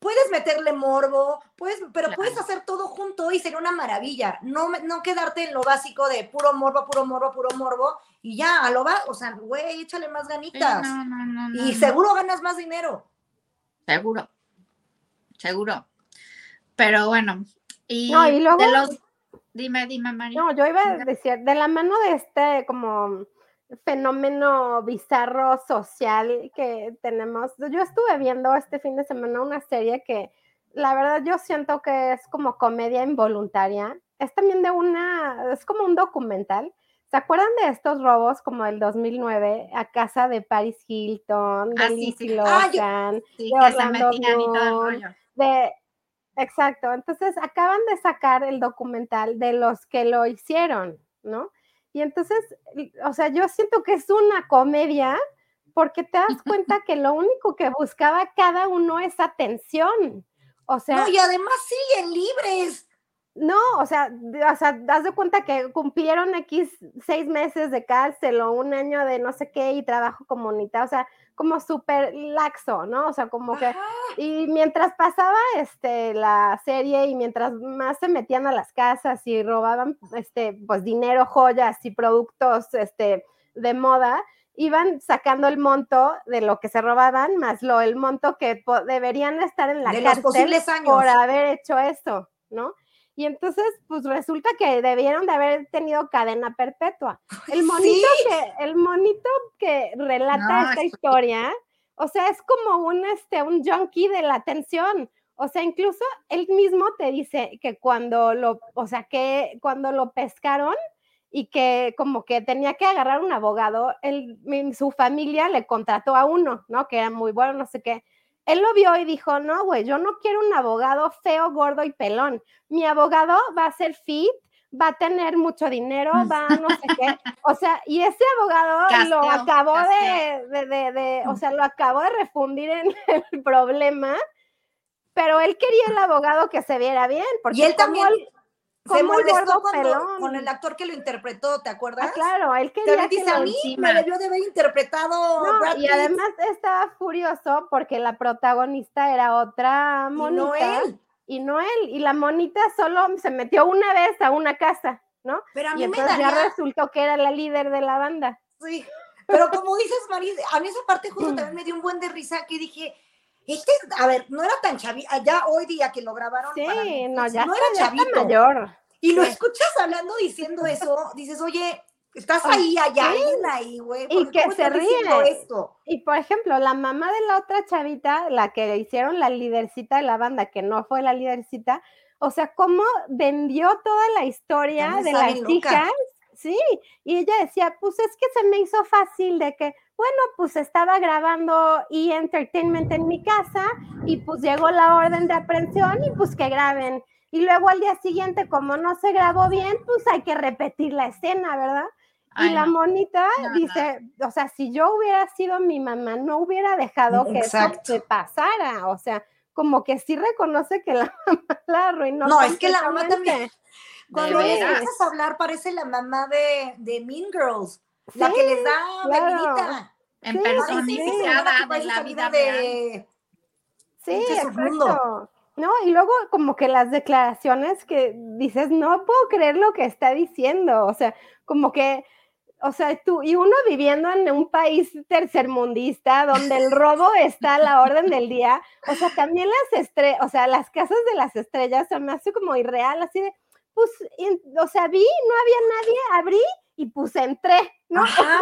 S2: puedes meterle morbo, puedes, pero
S1: Claro.
S2: puedes hacer todo junto y sería una maravilla. No, me- no quedarte en lo básico de puro morbo, puro morbo, puro morbo y ya, a lo va, o sea, güey, échale más
S1: Sí,
S2: ganitas
S1: no, no, no, no,
S2: y
S1: no.
S2: seguro ganas más dinero.
S1: Seguro, seguro. Pero bueno, y,
S3: No, y luego-
S1: de los... Dime, dime, María.
S3: No, yo iba a
S1: Mira.
S3: decir, de la mano de este como fenómeno bizarro social que tenemos, yo estuve viendo este fin de semana una serie que la verdad yo siento que es como comedia involuntaria, es también de una, es como un documental. ¿Se acuerdan de estos robos como el 2009 a casa de Paris Hilton, de
S1: Ah, sí,
S3: Lindsay
S1: sí.
S2: Ah, yo-
S3: Lohan,
S1: Sí,
S3: de
S1: que se
S3: Orlando
S1: metían y todo el
S3: Bloom.
S1: rollo.
S3: de- exacto, entonces acaban de sacar el documental de los que lo hicieron, ¿no? Y entonces, y- o sea, yo siento que es una comedia porque te
S2: *laughs*
S3: das cuenta que lo único que buscaba cada uno es atención. O sea,
S2: No, y además siguen libres.
S3: no, o sea, de- o sea, das de cuenta que cumplieron X seis meses de cárcel o un año de no sé qué y trabajo comunitario, o sea, como súper laxo, ¿no? O sea, como que
S2: Ajá.
S3: y mientras pasaba este, la serie y mientras más se metían a las casas y robaban este, pues, dinero, joyas y productos este, de moda, iban sacando el monto de lo que se robaban, más lo, el monto que po- deberían estar en la
S2: de los
S3: cárcel
S2: posibles años.
S3: por ah, haber hecho eso, ¿no? Y entonces, pues resulta que debieron de haber tenido cadena perpetua. El monito, que, el monito que relata
S1: No,
S3: esta
S1: es-
S3: historia, o sea, es como un, este, un junkie de la atención. O sea, incluso él mismo te dice que cuando lo, o sea, que cuando lo pescaron y que como que tenía que agarrar un abogado, él, mi- su familia le contrató a uno, ¿no? Que era muy bueno, no sé qué. Él lo vio y dijo, no, güey, yo no quiero un abogado feo, gordo y pelón. Mi abogado va a ser fit, va a tener mucho dinero,
S2: Mm.
S3: va a no sé
S2: *laughs*
S3: qué. O sea, y ese abogado lo
S1: Casteó,
S3: acabó de,
S1: casteó.
S3: de, de- de-
S2: Mm.
S3: o sea, lo acabó de refundir en *laughs* el problema, pero él quería el abogado que se viera bien. Porque
S2: y él
S3: como
S2: también
S3: él- como
S2: se
S3: el gordo
S2: molestó cuando-
S3: pelón.
S2: con el actor que lo interpretó, ¿te acuerdas?
S3: Ah, claro, él quería
S2: También
S3: que
S2: dice a
S3: lo-
S2: mí,
S1: encima.
S2: me debió de haber interpretado
S3: No,
S2: Brad
S3: y
S2: Pitt,
S3: además estaba furioso porque la protagonista era otra
S2: y
S3: monita
S2: no él.
S3: y no él, y la monita solo se metió una vez a una casa, ¿no?
S2: Pero a
S3: Y
S2: mí me
S3: entonces ya
S2: daría,
S3: resultó que era la líder de la banda.
S2: sí. Pero como dices, Maris, a mí esa parte justo también me dio un buen de risa que dije, este, a ver, no era tan chavito, ya hoy día que lo grabaron
S3: Sí,
S2: para mí,
S3: no,
S2: pues,
S3: ya,
S2: no
S3: está,
S2: era
S3: ya está
S2: chavito.
S3: mayor.
S2: Y lo
S3: Sí.
S2: escuchas hablando diciendo eso, dices, oye, estás
S3: Oye,
S2: ahí, hay
S3: sí.
S2: alguien ahí, güey.
S3: Y
S2: ¿por qué
S3: que
S2: me
S3: se
S2: estás diciendo
S3: ríe.
S2: esto?
S3: Y por ejemplo, la mamá de la otra chavita, la que hicieron la lidercita de la banda, que no fue la lidercita, o sea, cómo vendió toda la historia
S2: Ya me
S3: de las
S2: saben loca.
S3: hijas, sí, y ella decía, pues es que se me hizo fácil de que, bueno, pues estaba grabando E! Entertainment en mi casa y pues llegó la orden de aprehensión y pues que graben. Y luego al día siguiente, como no se grabó bien, pues hay que repetir la escena, ¿verdad?
S1: Ay,
S3: y la
S1: no.
S3: monita
S1: No, no.
S3: dice, o sea, si yo hubiera sido mi mamá, no hubiera dejado que
S2: Exacto.
S3: eso me pasara. O sea, como que sí reconoce que la *laughs* mamá la arruinó.
S2: No, es que la mamá
S3: completamente.
S2: también- Cuando
S1: De
S2: le
S1: veras.
S2: escuchas hablar, parece la mamá de, de Mean Girls, la
S3: Sí,
S2: que les da
S3: claro.
S2: bebidita.
S1: En
S3: Sí,
S1: personificada de la vida real.
S3: Sí,
S2: Pinche submundo.
S3: exacto. No, y luego como que las declaraciones que dices, no puedo creer lo que está diciendo, o sea, como que, o sea, tú, y uno viviendo en un país tercermundista donde el robo está a la orden del día, o sea, también las estrellas, o sea, las casas de las estrellas se me hace como irreal, así de, pues, en- o sea, vi, no había nadie, abrí y pues entré, ¿no?
S2: Ajá.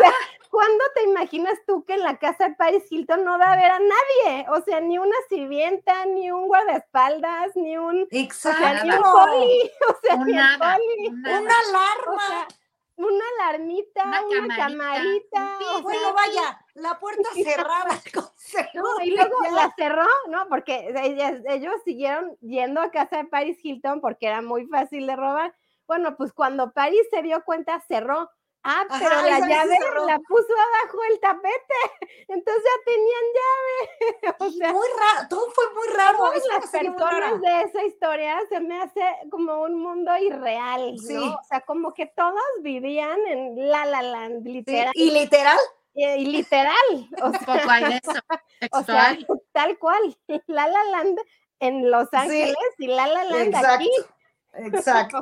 S3: ¿Cuándo te imaginas tú que en la casa de Paris Hilton no va a haber a nadie? O sea, ni una sirvienta, ni un guardaespaldas, ni un, o
S2: Exacto.
S3: sea, ni un poli, *laughs* o sea,
S1: Un
S3: ni el
S1: nada,
S3: poli,
S1: un nada.
S2: Una
S3: o
S2: alarma.
S3: sea, una alarmita,
S1: Una camarita,
S3: una camarita,
S1: un
S3: o sea,
S2: bueno, vaya, la
S3: *laughs*
S2: puerta cerrada *laughs* con
S3: No,
S2: seguro.
S3: y luego la cerró, ¿no? Porque ellas- ellos siguieron yendo a casa de Paris Hilton porque era muy fácil de robar. Bueno, pues cuando Paris se dio cuenta, cerró. Ah, pero Ajá, la llave la puso abajo el tapete, *laughs* entonces ya tenían llave. *laughs*
S2: O sea, muy raro, todo fue muy raro.
S3: Eso las personas de esa historia se me hace como un mundo irreal, sí. ¿no? O sea, como que todos vivían en La La Land, literal.
S2: Sí. Y literal.
S3: Y, y literal, o sea,
S1: poco hay de eso.
S3: *laughs* O sea, tal cual, *laughs* La La Land en Los Ángeles sí. y La La Land Exacto. aquí.
S2: Exacto.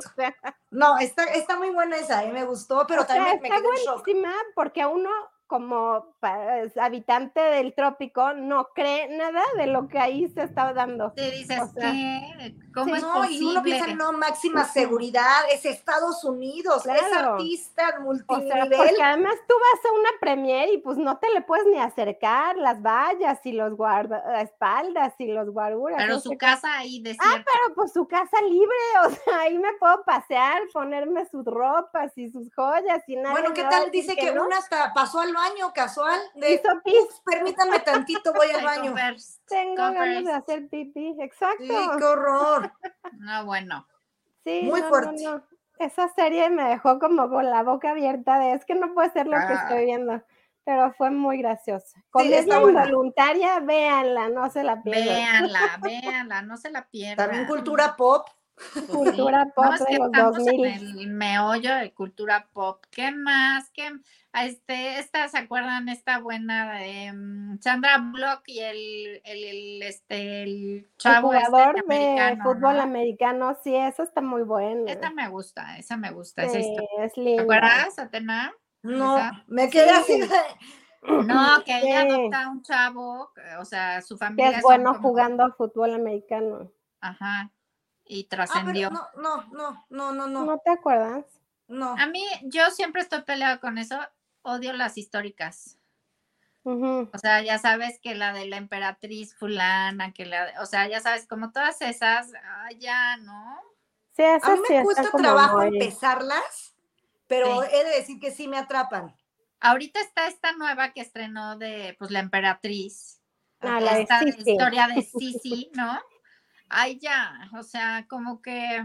S2: no, está, está muy buena esa, a mí me gustó, pero o también sea, me
S3: está buenísima shock. porque uno como pues, habitante del trópico no cree nada de lo que ahí se está dando.
S1: Te dices, o sea, ¿qué? ¿Cómo sí, es
S2: no,
S1: posible?
S2: Y uno piensa, no, máxima seguridad, es Estados Unidos, claro. es artista multinivel. O sea,
S3: porque además tú vas a una premier y pues no te le puedes ni acercar las vallas y los guardaespaldas y los guaruras.
S1: Pero su
S3: que...
S1: casa ahí de
S3: Ah, pero pues su casa libre, *laughs* o sea, ahí me puedo pasear, ponerme sus ropas y sus joyas y nada.
S2: Bueno, ¿qué tal? Dice que, que no? una hasta pasó al baño casual de
S3: Hizo pis.
S2: permítame tantito, voy al baño.
S3: Converse, Tengo converse. ganas de hacer pipí, exacto.
S2: Sí, qué horror.
S1: No, bueno.
S3: Sí, muy no, fuerte. No, no. Esa serie me dejó como con la boca abierta de es que no puede ser lo ah. que estoy viendo. Pero fue muy graciosa. Comedia sí, involuntaria, véanla, no se la pierdan.
S1: Véanla, véanla, no se la pierdan.
S2: También cultura pop.
S3: Pues cultura sí. pop no, es que de los
S1: estamos
S3: 2000.
S1: en el meollo de cultura pop. ¿Qué más? ¿Qué, este, esta, ¿Se acuerdan esta buena de um, Sandra Block y el, el, el este, el chavo
S3: el jugador
S1: este de americano,
S3: fútbol ¿no? americano? Sí, esa está muy buena.
S1: Esta me gusta, esa me gusta. Sí,
S3: esa es
S1: linda. ¿Te acuerdas,
S3: *clears throat*
S1: Atena?
S2: No, ¿Esa? me quedé así. *laughs* Ah,
S1: No, que ella sí. adopta a un chavo, o sea, su familia.
S3: Que es bueno como... jugando fútbol americano.
S1: Ajá y trascendió.
S2: Ah, no, no, no, no, no. Ah,
S3: ¿No te acuerdas?
S2: No.
S1: A mí, yo siempre estoy peleado con eso. Odio las históricas. Uh -huh. O sea, ya sabes que la de la emperatriz fulana, que la, de, o sea, ya sabes, como todas esas, ah, ya, ¿no?
S3: Sí,
S2: a mí me cuesta trabajo muy... empezarlas, pero sí. he de decir que sí me atrapan.
S1: Ahorita está esta nueva que estrenó de, pues, la emperatriz.
S3: Ah, la
S1: esta
S3: de
S1: Sisi. historia
S2: *laughs*
S1: de Sisi, ¿no? ay ya, o sea, como que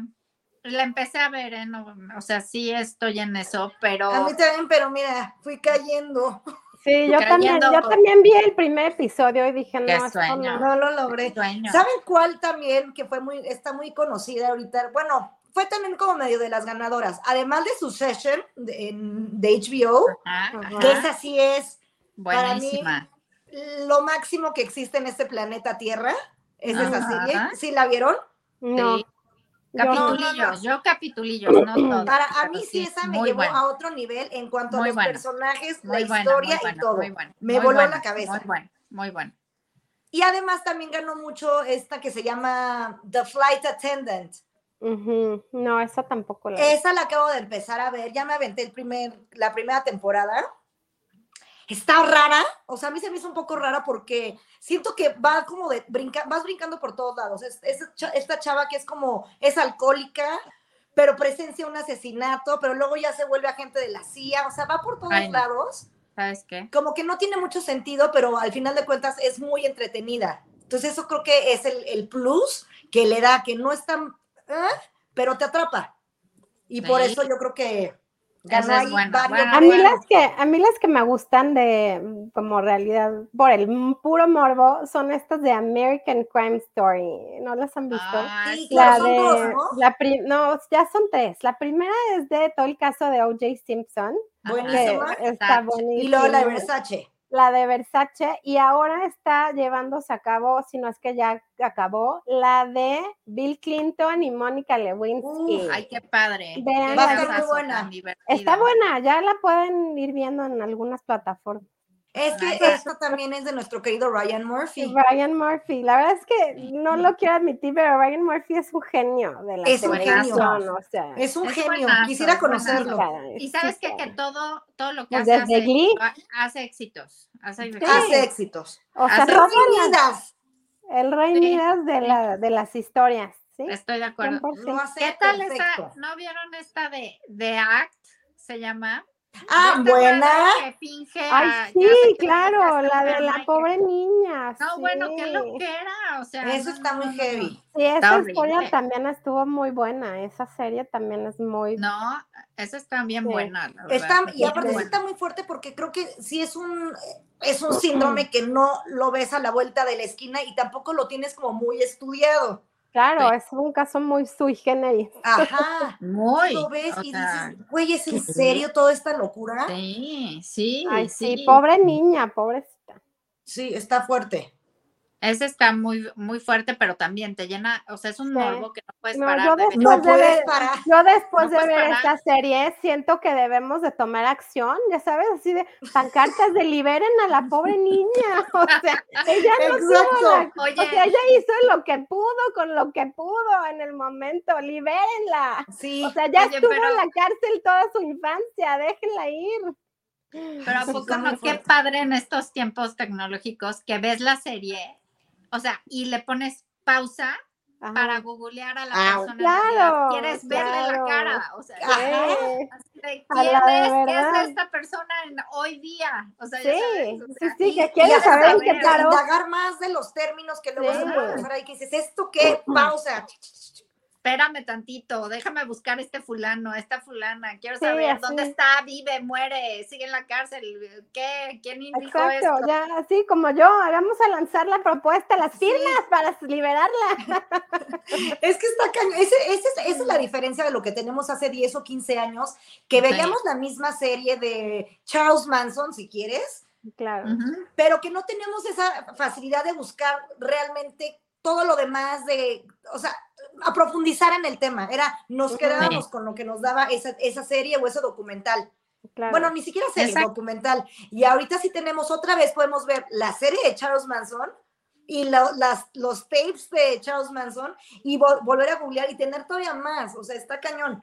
S1: la empecé a ver, ¿eh? no, o sea, sí estoy en eso, pero...
S2: A mí también, pero Ah, mira, fui cayendo.
S3: Sí, yo, cayendo. también, yo también vi el primer episodio y dije,
S1: Qué
S3: no,
S1: sueño.
S2: no, no lo logré. ¿Saben cuál también, que fue muy, está muy conocida ahorita? Bueno, fue también como medio de las ganadoras, además de su session de, de HBO, ajá, ajá. que esa sí es,
S1: Ah, Buenísima.
S2: para mí, lo máximo que existe en este planeta Tierra. ¿Es ajá, esa serie? Ajá. ¿Sí la vieron?
S1: No. Sí. Capitulillos, no, no, no. yo capitulillos, no todos,
S2: Para a mí sí esa me llevó bueno. a otro nivel en cuanto muy a los bueno. personajes, muy la buena, historia
S1: buena,
S2: y todo.
S1: Muy bueno,
S2: me voló la cabeza.
S1: Muy bueno, muy bueno.
S2: Y además también ganó mucho esta que se llama The Flight Attendant.
S3: Uh -huh. No, esa tampoco la.
S2: Esa la acabo de empezar a ver, ya me aventé el primer, la primera temporada está rara, o sea, a mí se me hizo un poco rara porque siento que va como de brinca, vas brincando por todos lados. Es, es, esta chava que es como, es alcohólica, pero presencia un asesinato, pero luego ya se vuelve agente de la CIA, o sea, va por todos Ay, lados.
S1: ¿Sabes qué?
S2: Como que no tiene mucho sentido, pero al final de cuentas es muy entretenida. Entonces eso creo que es el, el plus que le da, que no es tan, ¿eh? pero te atrapa. Y por sí. eso yo creo que
S1: es bueno, bueno,
S3: a mí bueno. las que a mí las que me gustan de mm, como realidad por el puro morbo son estas de American Crime Story no las han visto
S2: ah, sí, la
S3: son de dos, ¿no? La no ya son tres la primera es de todo el caso de O.J. Simpson
S2: buenísima
S3: está buenísima
S2: y luego la de Versace
S3: la de Versace y ahora está llevándose a cabo, si no es que ya acabó, la de Bill Clinton y Mónica Lewinsky.
S1: Uh, ay, qué padre.
S3: Vean,
S2: Va a estar muy buena.
S3: Está buena, ya la pueden ir viendo en algunas plataformas.
S2: Es que ah, esto también es de nuestro querido Ryan Murphy.
S3: Ryan Murphy, la verdad es que no lo quiero admitir, pero Ryan Murphy es un genio de la
S2: es un
S3: genio.
S2: O sea, es un es genio, buenazo, quisiera conocerlo.
S1: Buenazo. Y sabes sí, que, que, todo, todo lo que
S3: hace,
S1: hace, hace, éxitos. Hace,
S2: sí. hace éxitos.
S3: O sea,
S2: hace
S3: las, el rey sí. Midas de, la, de las historias.
S1: Estoy de acuerdo.
S2: Lo hace
S1: ¿Qué tal
S2: perfecto.
S1: esa? ¿No vieron esta de, de Act? Se llama.
S2: Ah,
S1: Esta
S2: buena.
S1: madre que finge a-
S3: Ay,
S1: ya sé
S3: sí,
S1: que
S3: claro,
S1: finge a
S3: la de
S1: Superman y
S3: la
S1: que-
S3: pobre niña.
S1: No,
S3: sí.
S1: bueno, qué loquera, o sea.
S2: Eso
S1: no,
S2: está
S1: no,
S2: muy
S1: no, no.
S2: heavy.
S3: Sí,
S1: Está
S3: esa
S1: horrible.
S3: historia también estuvo muy buena. Esa serie también es muy.
S1: No, esas están bien
S3: Sí.
S1: buenas. la
S2: Está,
S1: verdad,
S2: y aparte sí
S1: buenas.
S2: está muy fuerte porque creo que sí es un es un síndrome que no lo ves a la vuelta de la esquina y tampoco lo tienes como muy estudiado.
S3: Claro,
S1: Sí.
S3: es un caso muy sui generis.
S2: Ajá.
S1: Muy.
S2: Lo ves
S1: o
S2: y
S1: sea,
S2: dices, güey, ¿es en
S1: sí.
S2: serio toda esta locura?
S1: Sí, sí,
S3: "Ah". Ay, sí,
S1: sí.
S3: pobre niña, pobrecita.
S2: Sí, está fuerte.
S1: Ese está muy, muy fuerte, pero también te llena, o sea, es un
S3: Sí.
S1: morbo que no puedes
S3: No,
S1: parar
S3: yo
S1: de ver.
S3: después
S2: No
S3: de
S1: *laughs*
S2: puedes
S3: ver-
S2: parar.
S3: Yo después
S1: No
S3: de
S1: puedes
S3: ver
S1: parar.
S3: esta serie siento que debemos de tomar acción, ya sabes, así de pancartas de liberen a la pobre niña. *laughs* O
S1: *laughs*
S3: sea, ella no tuvo la-
S2: Exacto.
S1: Oye,
S3: O sea, ella hizo lo que pudo con lo que pudo en el momento, libérenla.
S2: Sí.
S3: O sea, ya
S1: Oye,
S3: estuvo
S1: pero-
S3: en la cárcel toda su infancia, déjenla ir.
S1: pero ¿a
S2: Sí,
S1: poco
S2: está muy
S1: no? Qué
S2: fuerte.
S1: padre en estos tiempos tecnológicos que ves la serie, o sea, y le pones pausa
S3: Ajá.
S1: para googlear a la
S2: Ah,
S1: persona. en
S3: claro,
S1: realidad. Quieres verle la
S3: claro.
S1: cara, o sea,
S3: Sí,
S2: Ajá.
S1: así de,
S3: a
S1: ¿quién
S3: la de
S1: es? ¿Qué
S3: verdad.
S1: es esta persona en hoy día? O sea, ya
S3: sí,
S1: sabes, o
S3: sí,
S1: sea,
S3: sí,
S2: y-
S3: que
S2: y
S3: quieres
S2: hasta
S3: saber en
S1: saben
S3: qué
S1: que
S3: paró.
S2: Indagar más de los términos que luego se
S3: Sí.
S2: pueden usar ahí que dices, ¿esto qué? Pausa.
S1: espérame tantito, déjame buscar este fulano, esta fulana, quiero
S3: Sí,
S1: saber
S3: así.
S1: dónde está, vive, muere, sigue en la cárcel, ¿qué? ¿Quién indicó
S3: Exacto,
S1: esto?
S3: ya así como yo, vamos a lanzar la propuesta, las
S2: Sí.
S3: firmas para liberarla.
S2: Es que está cañón. Ese- ese es- esa es la diferencia de lo que tenemos hace 10 o 15 años, que
S1: Sí.
S2: veíamos la misma serie de Charles Manson, si quieres,
S3: Claro.
S1: Ujú.
S2: pero que no tenemos esa facilidad de buscar realmente todo lo demás, de, o sea, a profundizar en el tema. Era, nos
S3: Ujú.
S2: quedábamos con lo que nos daba esa, esa serie o ese documental.
S3: claro.
S2: Bueno, ni siquiera serie,
S1: Exacto.
S2: documental. Y ahorita sí tenemos otra vez, podemos ver la serie de Charles Manson y lo- las, los tapes de Charles Manson y vol- volver a googlear y tener todavía más. O sea, está cañón.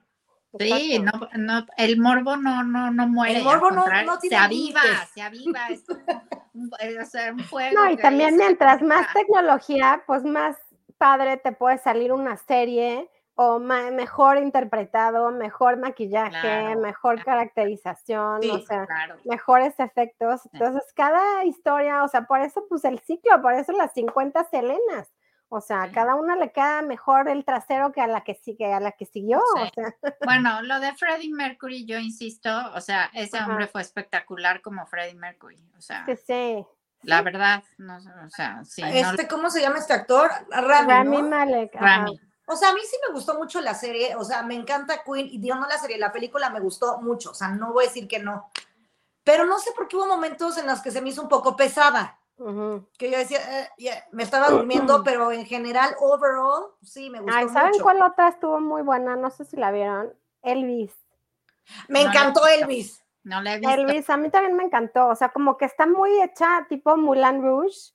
S1: Sí,
S3: exacto.
S1: no, no, el morbo no, no, no muere.
S2: El morbo
S1: al
S2: no-
S1: contrario,
S2: no tiene
S1: se aviva, *laughs*
S2: límites.
S1: se aviva, es como un, eh, o sea, un fuego.
S3: No, y
S1: que "Ah".
S3: también
S1: se
S3: mientras más
S1: aviva.
S3: tecnología, pues más padre te puede salir una serie o ma- mejor interpretado, mejor maquillaje,
S1: Claro,
S3: mejor
S1: claro.
S3: caracterización, o
S2: Sí,
S3: sea,
S1: Claro.
S3: mejores efectos. Entonces, cada historia, o sea, por eso pues el ciclo, por eso las 50 Selenas. O sea, a
S1: Sí.
S3: cada una le queda mejor el trasero que a la que sigue, a la que siguió. O
S1: Sí.
S3: sea,
S1: Bueno, lo de Freddie Mercury, yo insisto, o sea, ese
S3: Ajá.
S1: hombre fue espectacular como Freddie Mercury, o sea,
S3: que sí.
S1: la verdad, no, o sea, sí, no,
S2: Este, ¿Cómo se llama este actor? Rami,
S3: Rami
S2: ¿no?
S3: Malek. ajá.
S1: Rami.
S2: O sea, a mí sí me gustó mucho la serie. O sea, me encanta Queen y Dios no la serie, la película me gustó mucho. O sea, no voy a decir que no. Pero no sé por qué hubo momentos en los que se me hizo un poco pesada.
S3: Ujú.
S2: que yo decía, eh, ya, me estaba durmiendo, pero en general, overall, sí, me gustó
S3: Ah. Ay, ¿saben
S2: mucho.
S3: cuál otra estuvo muy buena? No sé si la vieron. Elvis.
S2: Me
S1: No, no,
S2: encantó
S1: no.
S2: Elvis.
S1: no le he visto.
S3: Elvis, a mí también me encantó. O sea, como que está muy hecha tipo Moulin Rouge,
S1: Ay,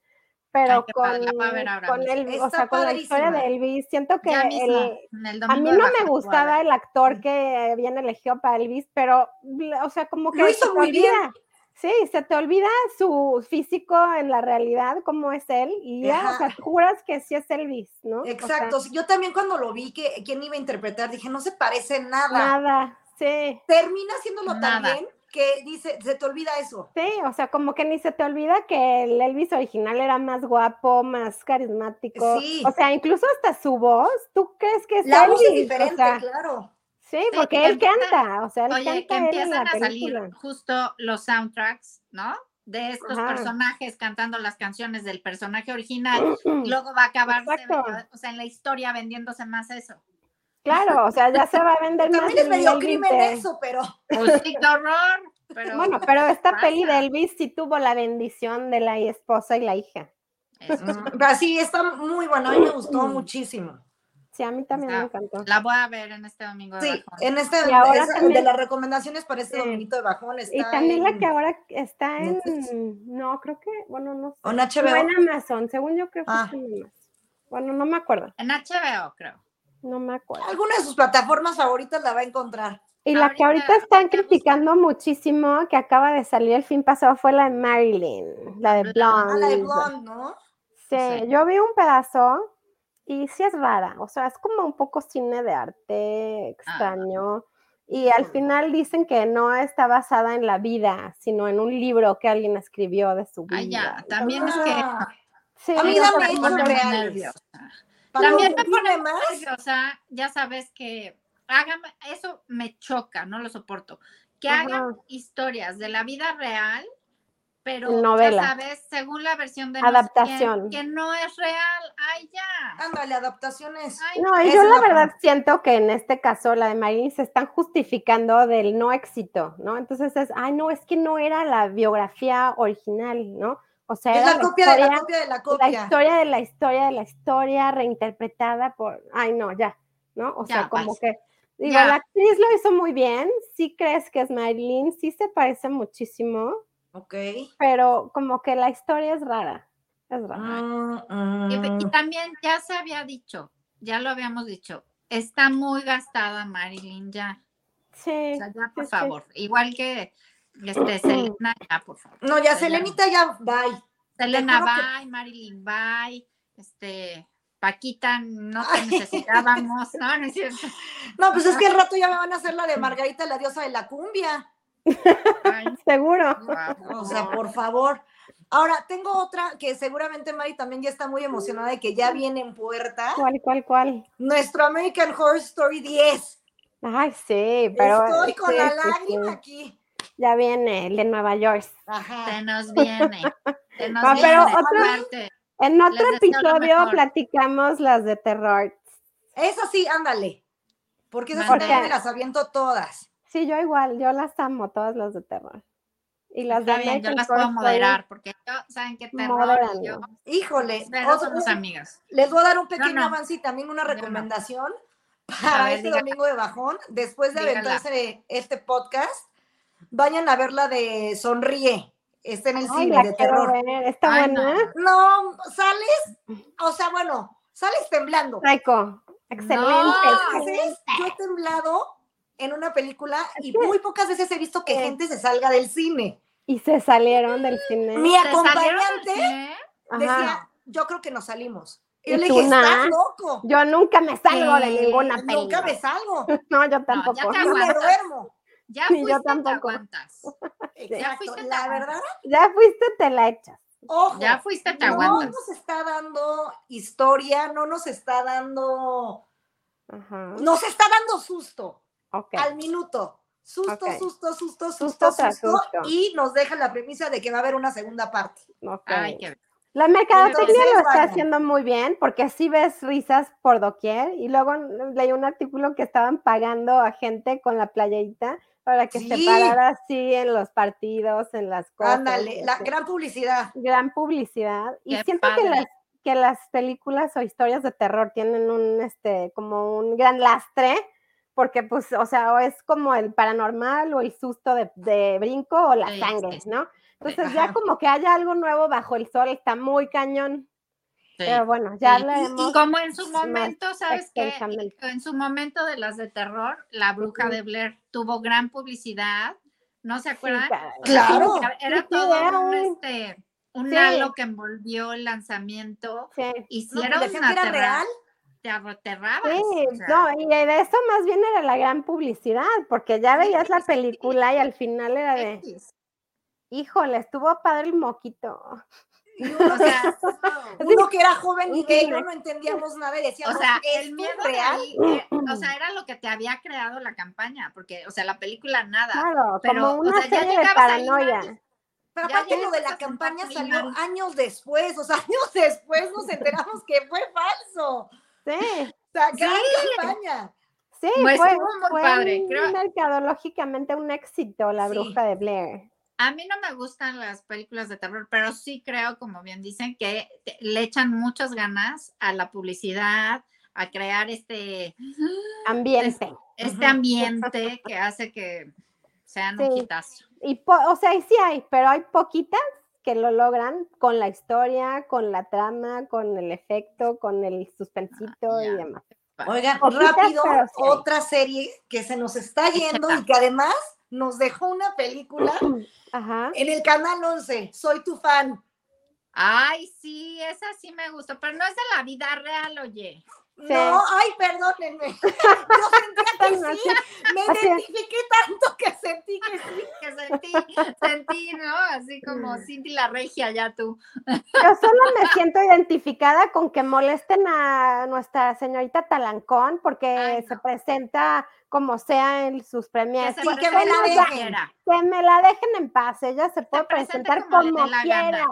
S3: pero
S1: qué
S3: con,
S1: padre, la voy a ver ahora
S3: con
S1: mismo.
S3: el, o
S2: Está
S3: sea, con la historia de
S2: padrísima.
S3: Elvis. Siento que
S1: Ya mismo,
S3: el-
S1: en el
S3: a
S1: domingo
S3: mí
S1: de Mm.
S3: no me
S1: Baja
S3: gustaba
S1: Cuadra.
S3: el actor que bien elegido para Elvis, pero, bl- o sea, como que
S2: Lo hizo
S3: se te
S2: muy bien.
S3: olvida. Sí, se te olvida su físico en la realidad, cómo es él, y ya, o
S2: Ajá.
S3: sea, juras que sí es Elvis, ¿no? O sea,
S2: Exacto. sí, yo también cuando lo vi, que quién iba a interpretar, dije, no se parece nada.
S3: nada, sí.
S2: Termina haciéndolo tan
S1: Nada.
S2: bien que dice, se te olvida eso.
S3: Sí, o sea, como que ni se te olvida que el Elvis original era más guapo, más carismático.
S2: Sí.
S3: O sea, incluso hasta su voz, ¿tú crees que es
S2: La
S3: Elvis?
S2: voz es
S3: O
S2: diferente,
S3: sea,
S2: claro.
S3: sí,
S1: que
S3: porque él
S1: empiezan-
S3: canta, o sea, él
S1: Oye, que
S3: canta él en la
S1: empiezan a salir
S3: película.
S1: justo los soundtracks, ¿no? De estos
S3: Ajá.
S1: personajes cantando las canciones del personaje
S3: *clears throat*
S1: original, y luego va a acabarse,
S3: Exacto.
S1: o sea, en la historia vendiéndose más eso.
S3: Claro, o sea, ya se va a vender más
S2: También es
S3: el
S2: medio
S3: Elvis
S2: crimen
S3: de-
S2: eso, pero
S1: Pues sí, qué horror. Pero
S3: Bueno, pero esta
S1: pasa.
S3: peli de Elvis sí tuvo la bendición de la esposa y la hija.
S1: eso.
S3: Mm.
S2: *laughs* pero sí, está muy bueno. A mí me gustó muchísimo.
S3: Sí, a mí también me
S1: Está-
S3: encantó.
S1: La voy a ver en este domingo. de
S2: Sí,
S1: bajón.
S2: en este,
S3: Y ahora
S2: es de
S3: también-
S2: las recomendaciones para este
S3: Sí.
S2: dominito de bajón está
S3: Y también la
S2: en-
S3: que ahora está en,
S2: Netflix.
S3: no, creo que, bueno, no sé.
S2: en
S3: No,
S2: HBO.
S3: en Amazon, según yo creo que
S2: Ah.
S3: sí en Amazon. Bueno, no me acuerdo,
S1: En HBO, creo.
S3: no me acuerdo.
S2: Alguna de sus plataformas favoritas la va a encontrar.
S3: Y la que ahorita
S1: ahorita-
S3: están
S1: ahorita busco.
S3: criticando muchísimo, que acaba de salir el fin pasado, fue la de Marilyn, la de
S1: Blonde.
S3: Blonde.
S2: A Ah, la de Blonde, ¿no?
S3: Sí,
S1: Sí.
S3: yo vi un pedazo y sí es rara, o sea, es como un poco cine de arte extraño. Y al final dicen que no está basada en la vida, sino en un libro que alguien escribió de su vida.
S1: Ah, ya, también es
S2: Ah,
S1: que
S3: Sí,
S2: A mí
S3: o sea,
S2: dame
S1: me
S2: hechos
S3: no,
S1: pone muy
S2: reales.
S1: nerviosa.
S2: Pablo,
S1: También me
S2: dime
S1: pone
S2: más.
S1: O sea, ya sabes que hagan, eso me choca, no lo soporto. Que
S3: Ajá.
S1: hagan historias de la vida real, pero
S3: En novela.
S1: ya sabes, según la versión de no sé
S3: Adaptación.
S1: quién, que no es real. Ay, ya.
S2: Ándale, adaptaciones.
S1: Ay,
S3: No, y
S2: Esa
S3: yo
S2: es
S3: la
S2: la
S3: verdad siento que en este caso la de Marín se están justificando del no éxito, ¿no? Entonces es, ay, no, es que no era la biografía original, ¿no? O sea,
S2: Es
S3: era
S2: la copia de la
S3: historia-
S2: copia de la
S3: la
S2: copia.
S3: historia de la historia de la historia reinterpretada por, ay no, ya, ¿no? O
S1: Ya,
S3: sea, como
S1: bye.
S3: que, digo,
S1: Ya.
S3: la actriz lo hizo muy bien, sí crees que es Marilyn, sí se parece muchísimo,
S2: Ok.
S3: pero como que la historia es rara, es
S2: Ah,
S3: rara.
S1: Y, ve- y
S2: Mm, mm.
S1: también ya se había dicho, ya lo habíamos dicho, está muy gastada Marilyn ya. O
S3: Sí,
S1: sea, ya, por
S3: sí, sí.
S1: favor. Igual que este, Selena, ya, por favor.
S2: No, ya Selenita ya bye.
S1: Selena,
S2: juro que-
S1: bye, Marilyn, bye, este, Paquita, no te
S2: Ay.
S1: necesitábamos, no, no es
S2: *laughs*
S1: cierto.
S2: No, pues es que el rato ya me van a hacer la de Margarita, la diosa de la cumbia.
S1: Ay,
S3: seguro.
S1: no,
S2: O sea, por favor. Ahora, tengo otra que seguramente Mari también ya está muy emocionada de que ya viene en puerta.
S3: ¿Cuál, cuál, cuál?
S2: Nuestro American Horror Story 10.
S3: Ay, sí, pero
S2: Estoy con
S3: sí,
S2: la
S3: sí,
S2: lágrima
S3: sí.
S2: aquí.
S3: Ya viene el de Nueva York.
S2: Ajá.
S1: se nos viene, se nos
S2: Ah,
S3: No,
S1: viene
S3: pero otra-
S1: fuerte.
S3: En otro
S1: deseo lo
S3: episodio
S1: mejor.
S3: platicamos las de terror.
S2: Esa sí, ándale. Porque esas
S1: Porque-
S2: también me las aviento todas.
S3: Sí, yo igual, yo las amo, todas las de terror. Y las
S1: Está
S3: de
S1: bien, yo
S3: American
S1: las
S3: Horror
S1: puedo
S3: Story,
S1: moderar, porque yo, ¿saben qué terror?
S3: modéralo.
S1: Y Yo,
S2: Híjole.
S1: pero
S2: otro-
S1: somos
S2: un-
S1: amigas.
S2: Les voy a dar un pequeño
S1: no.
S2: avance y también una
S1: No, no.
S2: recomendación para
S1: A ver,
S2: este
S1: dígala.
S2: domingo de bajón. Después de
S1: Dígala.
S2: aventarse este podcast, vayan a ver la de Sonríe. Está en el
S3: Ay,
S2: cine
S3: la
S2: de
S3: quiero
S2: terror.
S3: ver, Está
S1: Ay, no,
S3: buena. ¿eh?
S2: No, sales, o sea, bueno, sales temblando.
S3: Psycho. Excelente.
S1: No.
S3: excelente.
S2: Veces Yo he temblado en una película y
S3: que-
S2: muy pocas veces he visto que
S3: Sí.
S2: gente se salga del cine.
S3: Y se salieron del cine.
S2: Mi
S1: ¿Te salieron ¿Eh? al
S2: acompañante
S1: cine?
S3: Ajá.
S2: decía, yo creo que nos salimos. Y
S3: ¿Y
S2: yo le
S3: tú,
S2: dije, estás
S3: Nat?
S2: loco.
S3: Yo nunca me salgo de
S1: Sí,
S3: ninguna película.
S2: Nunca *laughs* me salgo.
S3: No, yo
S1: te
S3: tampoco.
S2: Yo me
S1: aguantas.
S2: duermo.
S1: Ya
S3: Ni yo
S1: fuiste, te
S3: tampoco.
S1: aguantas. Ya
S2: Exacto.
S1: fuiste
S2: La
S1: tan-
S2: verdad,
S3: ya fuiste, te la echas.
S2: ojo,
S1: Ya fuiste, te
S2: no
S1: aguantas.
S2: nos está dando historia, no nos está dando,
S3: Ajá.
S2: nos está dando susto
S3: Ok.
S2: al minuto. Susto,
S3: Ok.
S2: susto, susto, susto,
S3: Susto
S2: susto,
S3: tras susto.
S2: Y nos deja la premisa de que va a haber una segunda parte.
S3: ok.
S1: Ay, qué
S3: La mercadotecnia
S2: Entonces,
S3: lo está
S2: vayan.
S3: haciendo muy bien porque así ves risas por doquier. Y luego leí un artículo que estaban pagando a gente con la playerita para que se
S2: Sí.
S3: parara así en los partidos, en las cosas. este,
S2: Ándale,
S3: y
S2: la
S3: así.
S2: gran publicidad.
S3: gran publicidad. Y
S1: Qué
S3: siento que
S1: padre.
S3: las, que las películas o historias de terror tienen un, este, como un gran lastre. Porque, pues, o sea, o es como el paranormal o el susto de, de brinco o la
S1: Sí, sí,
S3: sangre,
S1: sí.
S3: ¿no? Entonces,
S2: Ajá.
S3: ya como que haya algo nuevo bajo el sol, está muy cañón.
S1: Sí.
S3: Pero bueno, ya
S1: Sí,
S3: hablaremos.
S1: Como en su
S3: más
S1: momento, ¿sabes qué?
S3: extensamente.
S1: En su momento de las de terror, La Bruja
S3: Ujú.
S1: de Blair tuvo gran publicidad, ¿no se
S3: Sí,
S1: acuerdan?
S3: caray.
S2: Claro.
S1: Era-
S3: Sí,
S1: Era
S3: sí,
S1: todo
S3: era
S1: un,
S3: un-
S1: este, un
S3: Sí.
S1: halo que envolvió el lanzamiento.
S3: Sí.
S2: No, pues
S1: Hicieron
S2: decían
S1: una
S2: que era
S1: terra-
S2: real.
S1: Te aterrabas.
S3: Sí,
S1: o sea,
S3: no, y de eso más bien era la gran publicidad, porque ya
S1: Sí,
S3: veías la
S1: sí.
S3: película y al final era de,
S1: X.
S3: híjole, estuvo padre el moquito.
S1: *laughs*
S2: Y
S1: O
S2: uno,
S1: sea,
S2: uno que era joven y
S3: Un
S2: gay, no,
S3: clímax.
S2: no entendíamos nada y
S1: o
S2: decíamos,
S1: sea,
S2: ¿esto
S1: el miedo
S2: es
S1: de
S2: real?
S1: ahí, eh, o sea, era lo que te había creado la campaña, porque, o sea, la película nada.
S3: Claro,
S1: pero, o
S3: como una
S1: sea, ya
S3: serie de
S1: llegabas ahí,
S3: paranoia.
S1: nadie-
S2: Pero
S1: Ya
S2: aparte lo de la
S1: llegas a
S2: campaña
S1: sentar
S2: salió
S1: primero.
S2: años después, o sea, *laughs* años después nos enteramos que fue falso. O
S3: Sí,
S2: sea, gran
S1: Sí.
S2: campaña.
S3: sí,
S1: Pues,
S3: fue,
S1: estuvo muy
S3: fue
S1: padre,
S3: un-
S1: creo-
S3: mercadológicamente un éxito la
S2: Sí.
S3: bruja de Blair.
S1: A mí no me gustan las películas de terror, pero sí creo, como bien dicen, que te- le echan muchas ganas a la publicidad, a crear este,
S3: Ambiente.
S1: este
S2: Ujú.
S1: ambiente que hace que sean un
S3: Sí.
S1: hitazo.
S3: Y po- o sea, y sí hay, pero hay poquitas que lo logran con la historia, con la trama, con el efecto, con el suspensito
S1: Ah, ya.
S3: y demás.
S2: Oigan,
S3: Poquitas,
S2: rápido,
S3: pero sí hay.
S2: otra serie que se nos está yendo y que además nos dejó una película
S3: Ajá.
S2: en el canal 11, Soy tu fan.
S1: Ay, sí, esa sí me gustó, pero no es de la vida real, oye.
S2: No, ay, perdónenme. *laughs* Yo sentía que sí, me
S3: Así es.
S2: identifiqué tanto que sentí que sí.
S1: que sentí, sentí, ¿no? Así como
S2: Mm.
S1: Cindy la regia, ya tú.
S3: Yo solo
S1: *laughs*
S3: me siento identificada con que molesten a nuestra señorita Talancón porque
S1: Ay, no.
S3: se presenta como sea en sus premias.
S1: se
S2: sí, que
S1: presente
S2: me la
S1: como
S2: dejen.
S1: quiera.
S3: Que me la dejen en paz, ella se puede
S1: presente
S3: presentar
S1: como le
S3: como,
S1: dé la
S3: quiera.
S1: gana.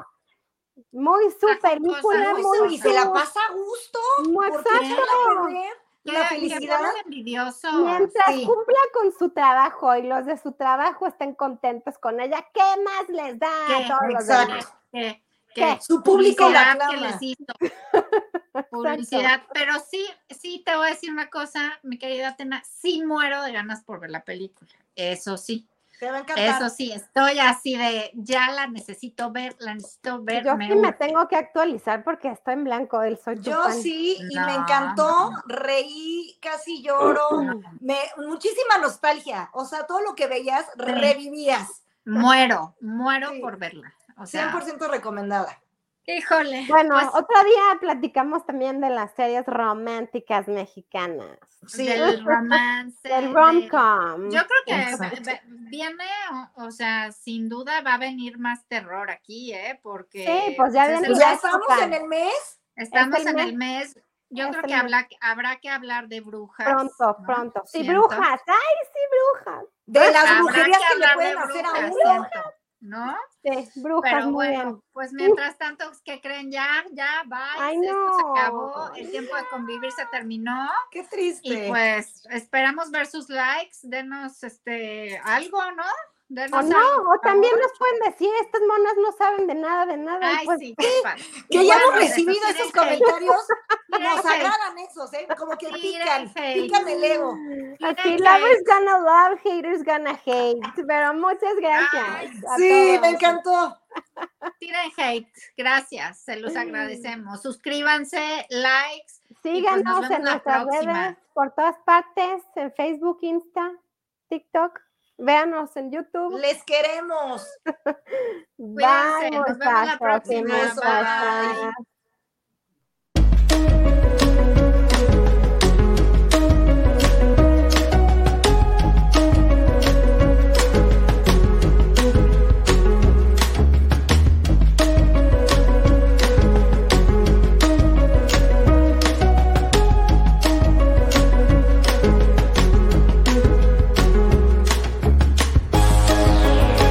S3: Muy su
S1: Así
S3: película,
S1: cosa,
S3: muy
S1: muy
S2: y se la
S3: su-
S2: pasa a gusto.
S3: muy
S2: Porque
S3: exacto.
S2: no la perder
S1: Que-
S2: la
S1: que
S2: felicidad.
S1: fueron envidiosos.
S3: Mientras
S2: Sí.
S3: cumpla con su trabajo y los de su trabajo estén contentos con ella, ¿qué más les da a
S1: ¿Qué?
S3: todos los
S2: Exacto.
S3: demás?
S1: Que-
S3: ¿Qué?
S1: que
S2: Su público
S1: publicidad
S2: la
S1: que
S2: aclama.
S1: les hizo. *laughs* Publicidad. Pero sí, sí, te voy a decir una cosa, mi querida Tena, sí muero de ganas por ver la película. Eso sí.
S2: Te va a encantar.
S1: Eso sí, estoy así de, ya la necesito ver, la necesito ver.
S3: Yo
S1: me
S3: sí me
S1: urge.
S3: tengo que actualizar porque estoy en blanco, él soy tu
S2: Yo
S3: fan.
S2: sí, y me
S1: No,
S2: encantó,
S1: no, no.
S2: reí, casi lloro,
S1: No,
S2: me, muchísima nostalgia, o sea, todo lo que veías revivías,
S1: Muero, muero
S2: Sí.
S1: por verla. O sea,
S2: 100% recomendada.
S1: híjole.
S3: Bueno,
S1: pues,
S3: otro día platicamos también de las series románticas mexicanas,
S2: Sí,
S1: del romance.
S3: del
S1: de-
S3: rom-com.
S1: Yo creo que
S2: Exacto.
S1: ve- ve- viene, o, o sea, sin duda va a venir más terror aquí, ¿eh? Porque
S3: Sí, pues ya
S1: es
S3: viene
S1: el-
S2: Pues
S3: la
S2: ya estamos
S3: época.
S2: en el mes,
S1: estamos
S3: es el
S1: en el mes. Yo
S3: Es
S1: creo
S3: el
S1: que
S3: mes.
S1: habla, habrá que hablar de brujas.
S3: Pronto,
S1: ¿no?
S3: pronto. Sí,
S1: Siento.
S3: brujas. Ay, sí, brujas.
S2: de las
S1: Pues, Habrá
S2: brujerías que le
S1: hablar de
S2: pueden hacer a
S1: brujas, ¿eh?
S2: uno.
S1: siento, ¿No?
S3: Sí, brujas,
S1: Pero
S3: muy
S1: bueno,
S3: bien.
S1: Pues mientras tanto, ¿qué creen? Ya, ya, bye.
S3: Ay,
S1: Esto
S3: no.
S1: se acabó. El tiempo de convivir se terminó.
S2: Qué
S1: Y
S2: triste.
S1: pues esperamos ver sus likes. Denos este algo, ¿no?
S3: O
S2: Pues
S1: Denos algo,
S3: no, o
S1: por
S3: también
S1: favor.
S3: nos pueden decir, estas monas no saben de nada, de nada. y
S1: Ay,
S3: pues,
S1: sí, qué padre.
S2: que ya
S1: Igual,
S2: hemos
S1: pues, eso
S2: recibido
S1: sí,
S2: esos
S1: de-
S2: comentarios,
S1: miren,
S2: nos
S1: hey,
S2: agradan esos, ¿eh? Como que
S1: Miren,
S2: pican,
S1: hey.
S2: pican el ego.
S3: Así,
S1: que-
S3: lovers gonna love, haters gonna hate. Pero muchas gracias. a
S2: Sí, me
S3: todos.
S2: encantó.
S1: Tiren hate. Gracias, se
S2: Mm.
S1: los agradecemos. Suscríbanse, likes. Y
S3: Síganos
S1: pues nos vemos
S3: en
S1: la
S3: nuestras
S1: próxima.
S3: redes por todas partes, en Facebook, Insta, TikTok. Véanos en YouTube.
S2: Les queremos.
S3: Bye,
S1: Cuídense, nos vemos la
S3: muchachos y
S1: próxima.
S3: muchachas.
S2: Bye.